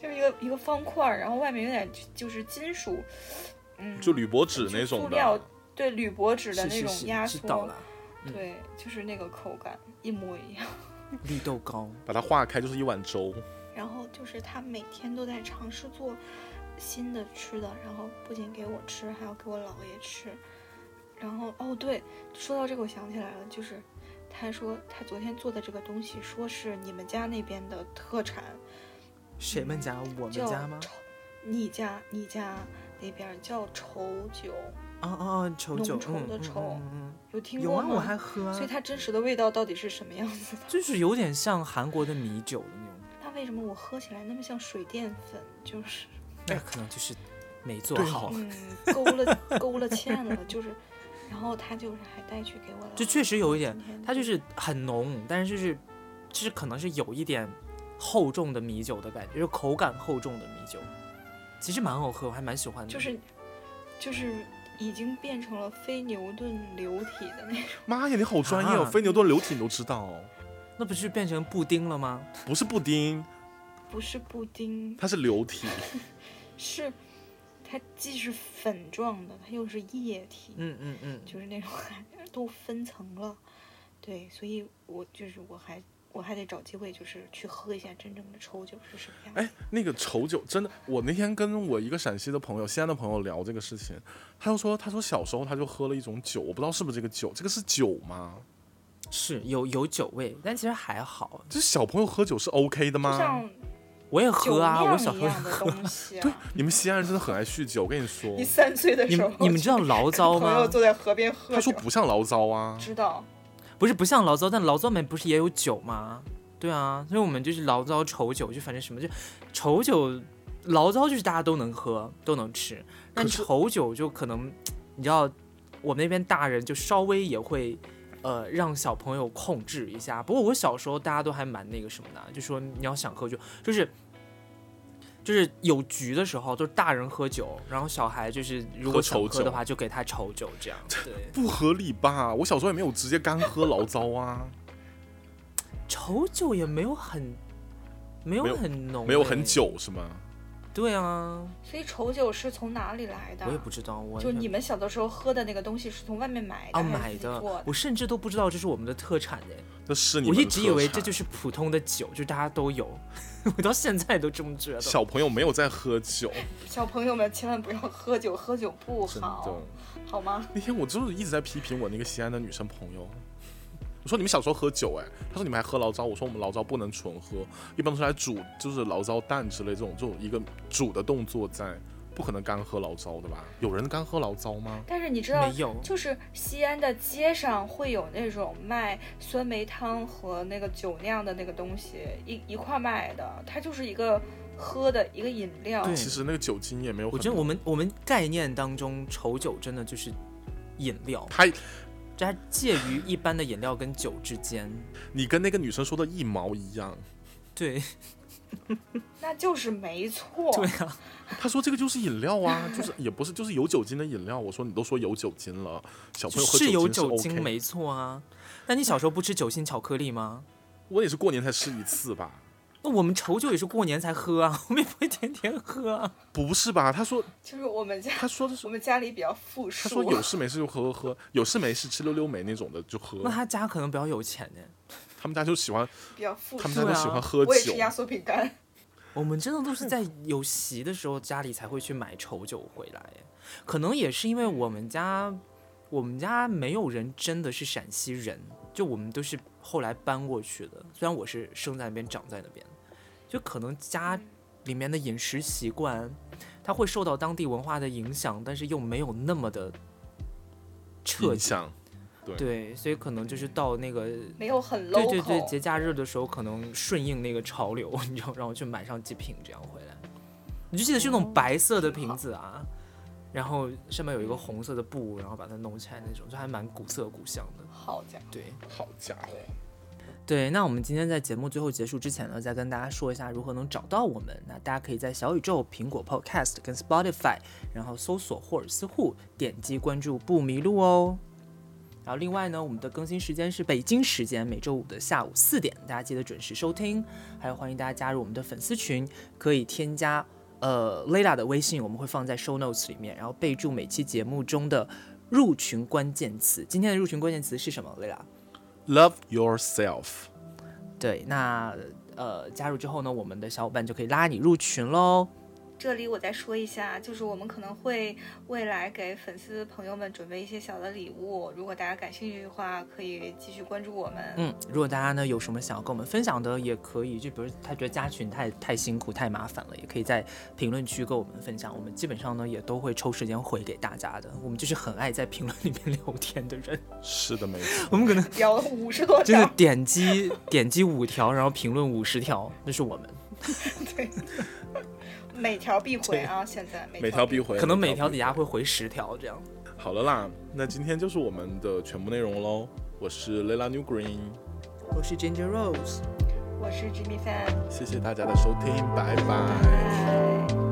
Speaker 3: 就是一个个一个方块儿，然后外面有点就是金属，嗯，
Speaker 4: 就铝箔纸那种
Speaker 3: 塑料
Speaker 4: 的，
Speaker 3: 对铝箔纸的
Speaker 2: 是
Speaker 3: 那
Speaker 2: 是
Speaker 3: 种
Speaker 2: 是
Speaker 3: 压
Speaker 2: 知道
Speaker 3: 缩
Speaker 2: 了，，嗯
Speaker 3: 对，就是那个口感一模一样。
Speaker 2: 绿豆糕，
Speaker 4: 把它化开就是一碗粥。
Speaker 3: 然后就是他每天都在尝试做新的吃的，然后不仅给我吃，还要给我姥爷吃。然后哦，对，说到这个我想起来了，就是他说他昨天做的这个东西，说是你们家那边的特产，
Speaker 2: 谁们家？我们
Speaker 3: 叫
Speaker 2: 家吗？
Speaker 3: 稠你家你家那边儿叫稠酒，
Speaker 2: 哦哦哦，稠
Speaker 3: 浓
Speaker 2: 酒，
Speaker 3: 稠
Speaker 2: 嗯
Speaker 3: 的
Speaker 2: 嗯
Speaker 3: 稠
Speaker 2: 嗯嗯
Speaker 3: 有
Speaker 2: 嗯
Speaker 3: 听
Speaker 2: 有
Speaker 3: 过
Speaker 2: 啊，
Speaker 3: 吗？
Speaker 2: 我还喝
Speaker 3: 所以
Speaker 2: 啊，
Speaker 3: 它真实的味道到底是什么样子的？
Speaker 2: 就是有点像韩国的米酒的那种，
Speaker 3: 那为什么我喝起来那么像水淀粉？就是
Speaker 2: 那可能就是没做
Speaker 1: 对
Speaker 2: 好。
Speaker 3: 嗯，勾 了勾了芡了，就是，然后他就是还带去给我了，
Speaker 2: 这确实有一点
Speaker 3: 今天，
Speaker 2: 它就是很浓，但是就是就是可能是有一点厚重的米酒的感觉，就是口感厚重的米酒，其实蛮好喝，我还蛮喜欢的。
Speaker 3: 就是就是已经变成了非牛顿流体的那种，
Speaker 1: 妈呀，你好专业哦，
Speaker 2: 啊
Speaker 1: 非牛顿流体你都知道、哦
Speaker 2: 那不是变成布丁了吗？
Speaker 1: 不是布丁，
Speaker 3: 不是布丁，
Speaker 4: 它是流体，
Speaker 3: 是它既是粉状的，它又是液体，
Speaker 2: 嗯嗯嗯，
Speaker 3: 就是那种都分层了，对，所以我就是我还我还得找机会就是去喝一下真正的稠酒是什么样子。
Speaker 1: 哎，那个稠酒真的，我那天跟我一个陕西的朋友、西安的朋友聊这个事情，他就说，他说小时候他就喝了一种酒，我不知道是不是这个酒，这个是酒吗？
Speaker 2: 是有有酒味，但其实还好。
Speaker 1: 就是小朋友喝酒是 OK 的
Speaker 3: 就
Speaker 1: 吗？
Speaker 3: 像
Speaker 2: 我也
Speaker 3: 酒
Speaker 2: 喝啊，我小时候
Speaker 3: 酿一
Speaker 2: 也
Speaker 3: 样的
Speaker 2: 喝。
Speaker 3: 东西、啊，
Speaker 1: 对，你们西安人真的很爱酗酒，我跟你说
Speaker 3: 你，三岁的
Speaker 2: 你
Speaker 3: 时候
Speaker 2: 们，你们知道醪糟
Speaker 3: 朋友
Speaker 2: 吗？
Speaker 3: 坐在河边喝酒。
Speaker 1: 他说不像醪糟啊，
Speaker 3: 知道，
Speaker 2: 不是不像醪糟，但醪糟里面不是也有酒吗？对啊，所以我们就是醪糟、稠酒，就反正什么就稠酒、醪糟就是大家都能喝都能吃，但
Speaker 1: 可是
Speaker 2: 稠酒就可能你知道，我们那边大人就稍微也会。呃，让小朋友控制一下。不过我小时候大家都还蛮那个什么的，啊就说你要想喝酒，就是就是有局的时候，就是大人喝酒，然后小孩就是如果
Speaker 4: 喝
Speaker 2: 想
Speaker 4: 稠
Speaker 2: 喝的
Speaker 4: 酒
Speaker 2: 话，就给他稠酒这样。对，
Speaker 1: 不合理吧？我小时候也没有直接干喝醪糟啊，
Speaker 2: 稠酒也没有很，没有
Speaker 4: 没有
Speaker 2: 很浓、
Speaker 1: 没有很。酒是吗？
Speaker 2: 对啊，
Speaker 3: 所以稠酒是从哪里来的？
Speaker 2: 我也不知道，我
Speaker 3: 啊就你们小的时候喝的那个东西是从外面买的
Speaker 2: 啊
Speaker 3: 还是
Speaker 2: 买
Speaker 3: 自己
Speaker 2: 的
Speaker 3: 做，的？
Speaker 2: 我甚至都不知道这是我们的特产哎，
Speaker 1: 那是你
Speaker 2: 我
Speaker 1: 们
Speaker 2: 一
Speaker 1: 的
Speaker 2: 直
Speaker 1: 特
Speaker 2: 以为
Speaker 1: 产
Speaker 2: 这就是普通的酒，就大家都有， 我到现在都这么觉得。
Speaker 1: 小朋友没有在喝酒，
Speaker 2: 哎
Speaker 3: 小朋友们千万不要喝酒，喝酒不
Speaker 1: 真的
Speaker 3: 好，。好吗？
Speaker 1: 那天我就是一直在批评我那个西安的女生朋友，我说你们小时候喝酒哎、她说你们还喝醪糟，我说我们醪糟不能纯喝，一般都是来煮，就是醪糟蛋之类这种这种一个煮的动作在，不可能干喝醪糟的吧？有人干喝醪糟吗？
Speaker 3: 但是你知道
Speaker 2: 没，有，
Speaker 3: 就是西安的街上会有那种卖酸梅汤和那个酒酿的那个东西一一块卖的，它就是一个喝的一个饮料。
Speaker 2: 对
Speaker 1: 其实那个酒精也没有
Speaker 2: 我
Speaker 1: 很
Speaker 2: 觉
Speaker 1: 浓，
Speaker 2: 得我们我们概念当中稠酒真的就是饮料，
Speaker 1: 他
Speaker 2: 这还介于一般的饮料跟酒之间。
Speaker 1: 你跟那个女生说的一毛一样，
Speaker 2: 对
Speaker 3: 那就是没错。
Speaker 2: 对啊，
Speaker 1: 她说这个就是饮料啊，就是也不是就是有酒精的饮料，我说你都说有酒精了，小朋友喝
Speaker 2: 是有
Speaker 1: 酒
Speaker 2: 酒
Speaker 1: 精是
Speaker 2: 精
Speaker 1: OK，
Speaker 2: 没错啊。那你小时候不吃酒心巧克力吗？
Speaker 1: 我也是过年才吃一次吧。
Speaker 2: 那我们稠酒也是过年才喝啊， 我们也不会天天喝啊。
Speaker 1: 不是吧？她说，
Speaker 3: 就是我们家
Speaker 1: 她说的是
Speaker 3: 我们家里比较富
Speaker 1: 他说
Speaker 3: 庶，
Speaker 1: 有事没事就喝喝喝，有事没事吃溜溜梅那种的就喝
Speaker 2: 那。他家可能比较有钱呢。
Speaker 1: 他们家就喜欢，
Speaker 3: 比较富
Speaker 1: 他们
Speaker 3: 庶
Speaker 1: 家。
Speaker 2: 对
Speaker 1: 都
Speaker 2: 啊
Speaker 1: 喜欢喝
Speaker 3: 我也
Speaker 1: 酒
Speaker 3: 吃。压缩饼干。
Speaker 2: 我们真的都是在有席的时候，家里才会去买稠酒回来耶。可能也是因为我们家，我们家没有人真的是陕西人，就我们都是后来搬过去的。虽然我是生在那边，长在那边，就可能家里面的饮食习惯，它会受到当地文化的影响，但是又没有那么的彻
Speaker 1: 影
Speaker 2: 底。
Speaker 1: 响，
Speaker 2: 对，所以可能就是到那个
Speaker 3: 没有很 local。
Speaker 2: 对对对，节假日的时候可能顺应那个潮流， 你知道，然后去买上几瓶这样回来。你就记得是那种白色的瓶子啊，然后上面有一个红色的布，然后把它弄起来那种，就还蛮古色古香的。
Speaker 3: 好家伙，
Speaker 2: 对
Speaker 1: 好家伙！
Speaker 2: 对，那我们今天在节目最后结束之前呢，再跟大家说一下如何能找到我们。那大家可以在小宇宙、苹果 Podcast 跟 Spotify，然后搜索霍尔斯户，点击关注不迷路哦。然后另外呢，我们的更新时间是北京时间每周五的下午四点，大家记得准时收听。还有欢迎大家加入我们的粉丝群，可以添加呃 Leda 的微信，我们会放在 show notes 里面，然后备注每期节目中的入群关键词。今天的入群关键词是什么，Leda？
Speaker 1: Love yourself。
Speaker 2: 对，那呃加入之后呢，我们的小伙伴就可以拉你入群喽。
Speaker 3: 这里我再说一下，就是我们可能会未来给粉丝朋友们准备一些小的礼物，如果大家感兴趣的话，可以继续关注我们。
Speaker 2: 嗯，如果大家呢有什么想要跟我们分享的，也可以，就比如他觉得加群太太辛苦、太麻烦了，也可以在评论区跟我们分享。我们基本上呢也都会抽时间回给大家的。我们就是很爱在评论里面 聊天的人，
Speaker 4: 是的，没错。
Speaker 2: 我们可能
Speaker 3: 聊了五十 多
Speaker 2: 真的
Speaker 3: 条，
Speaker 2: 点击点击五条，然后评论五十条，那是我们。
Speaker 3: 对，每条必回啊！现在
Speaker 4: 每条必回，
Speaker 2: 可能每条
Speaker 4: 必
Speaker 2: 底下会回十条这样。
Speaker 4: 回。
Speaker 1: 好了啦，那今天就是我们的全部内容喽。我是 Lela New Green，
Speaker 2: 我是 Ginger Rose。
Speaker 3: 我是 Jimmy Fan。
Speaker 1: 谢谢大家的收听，拜拜。
Speaker 3: 拜拜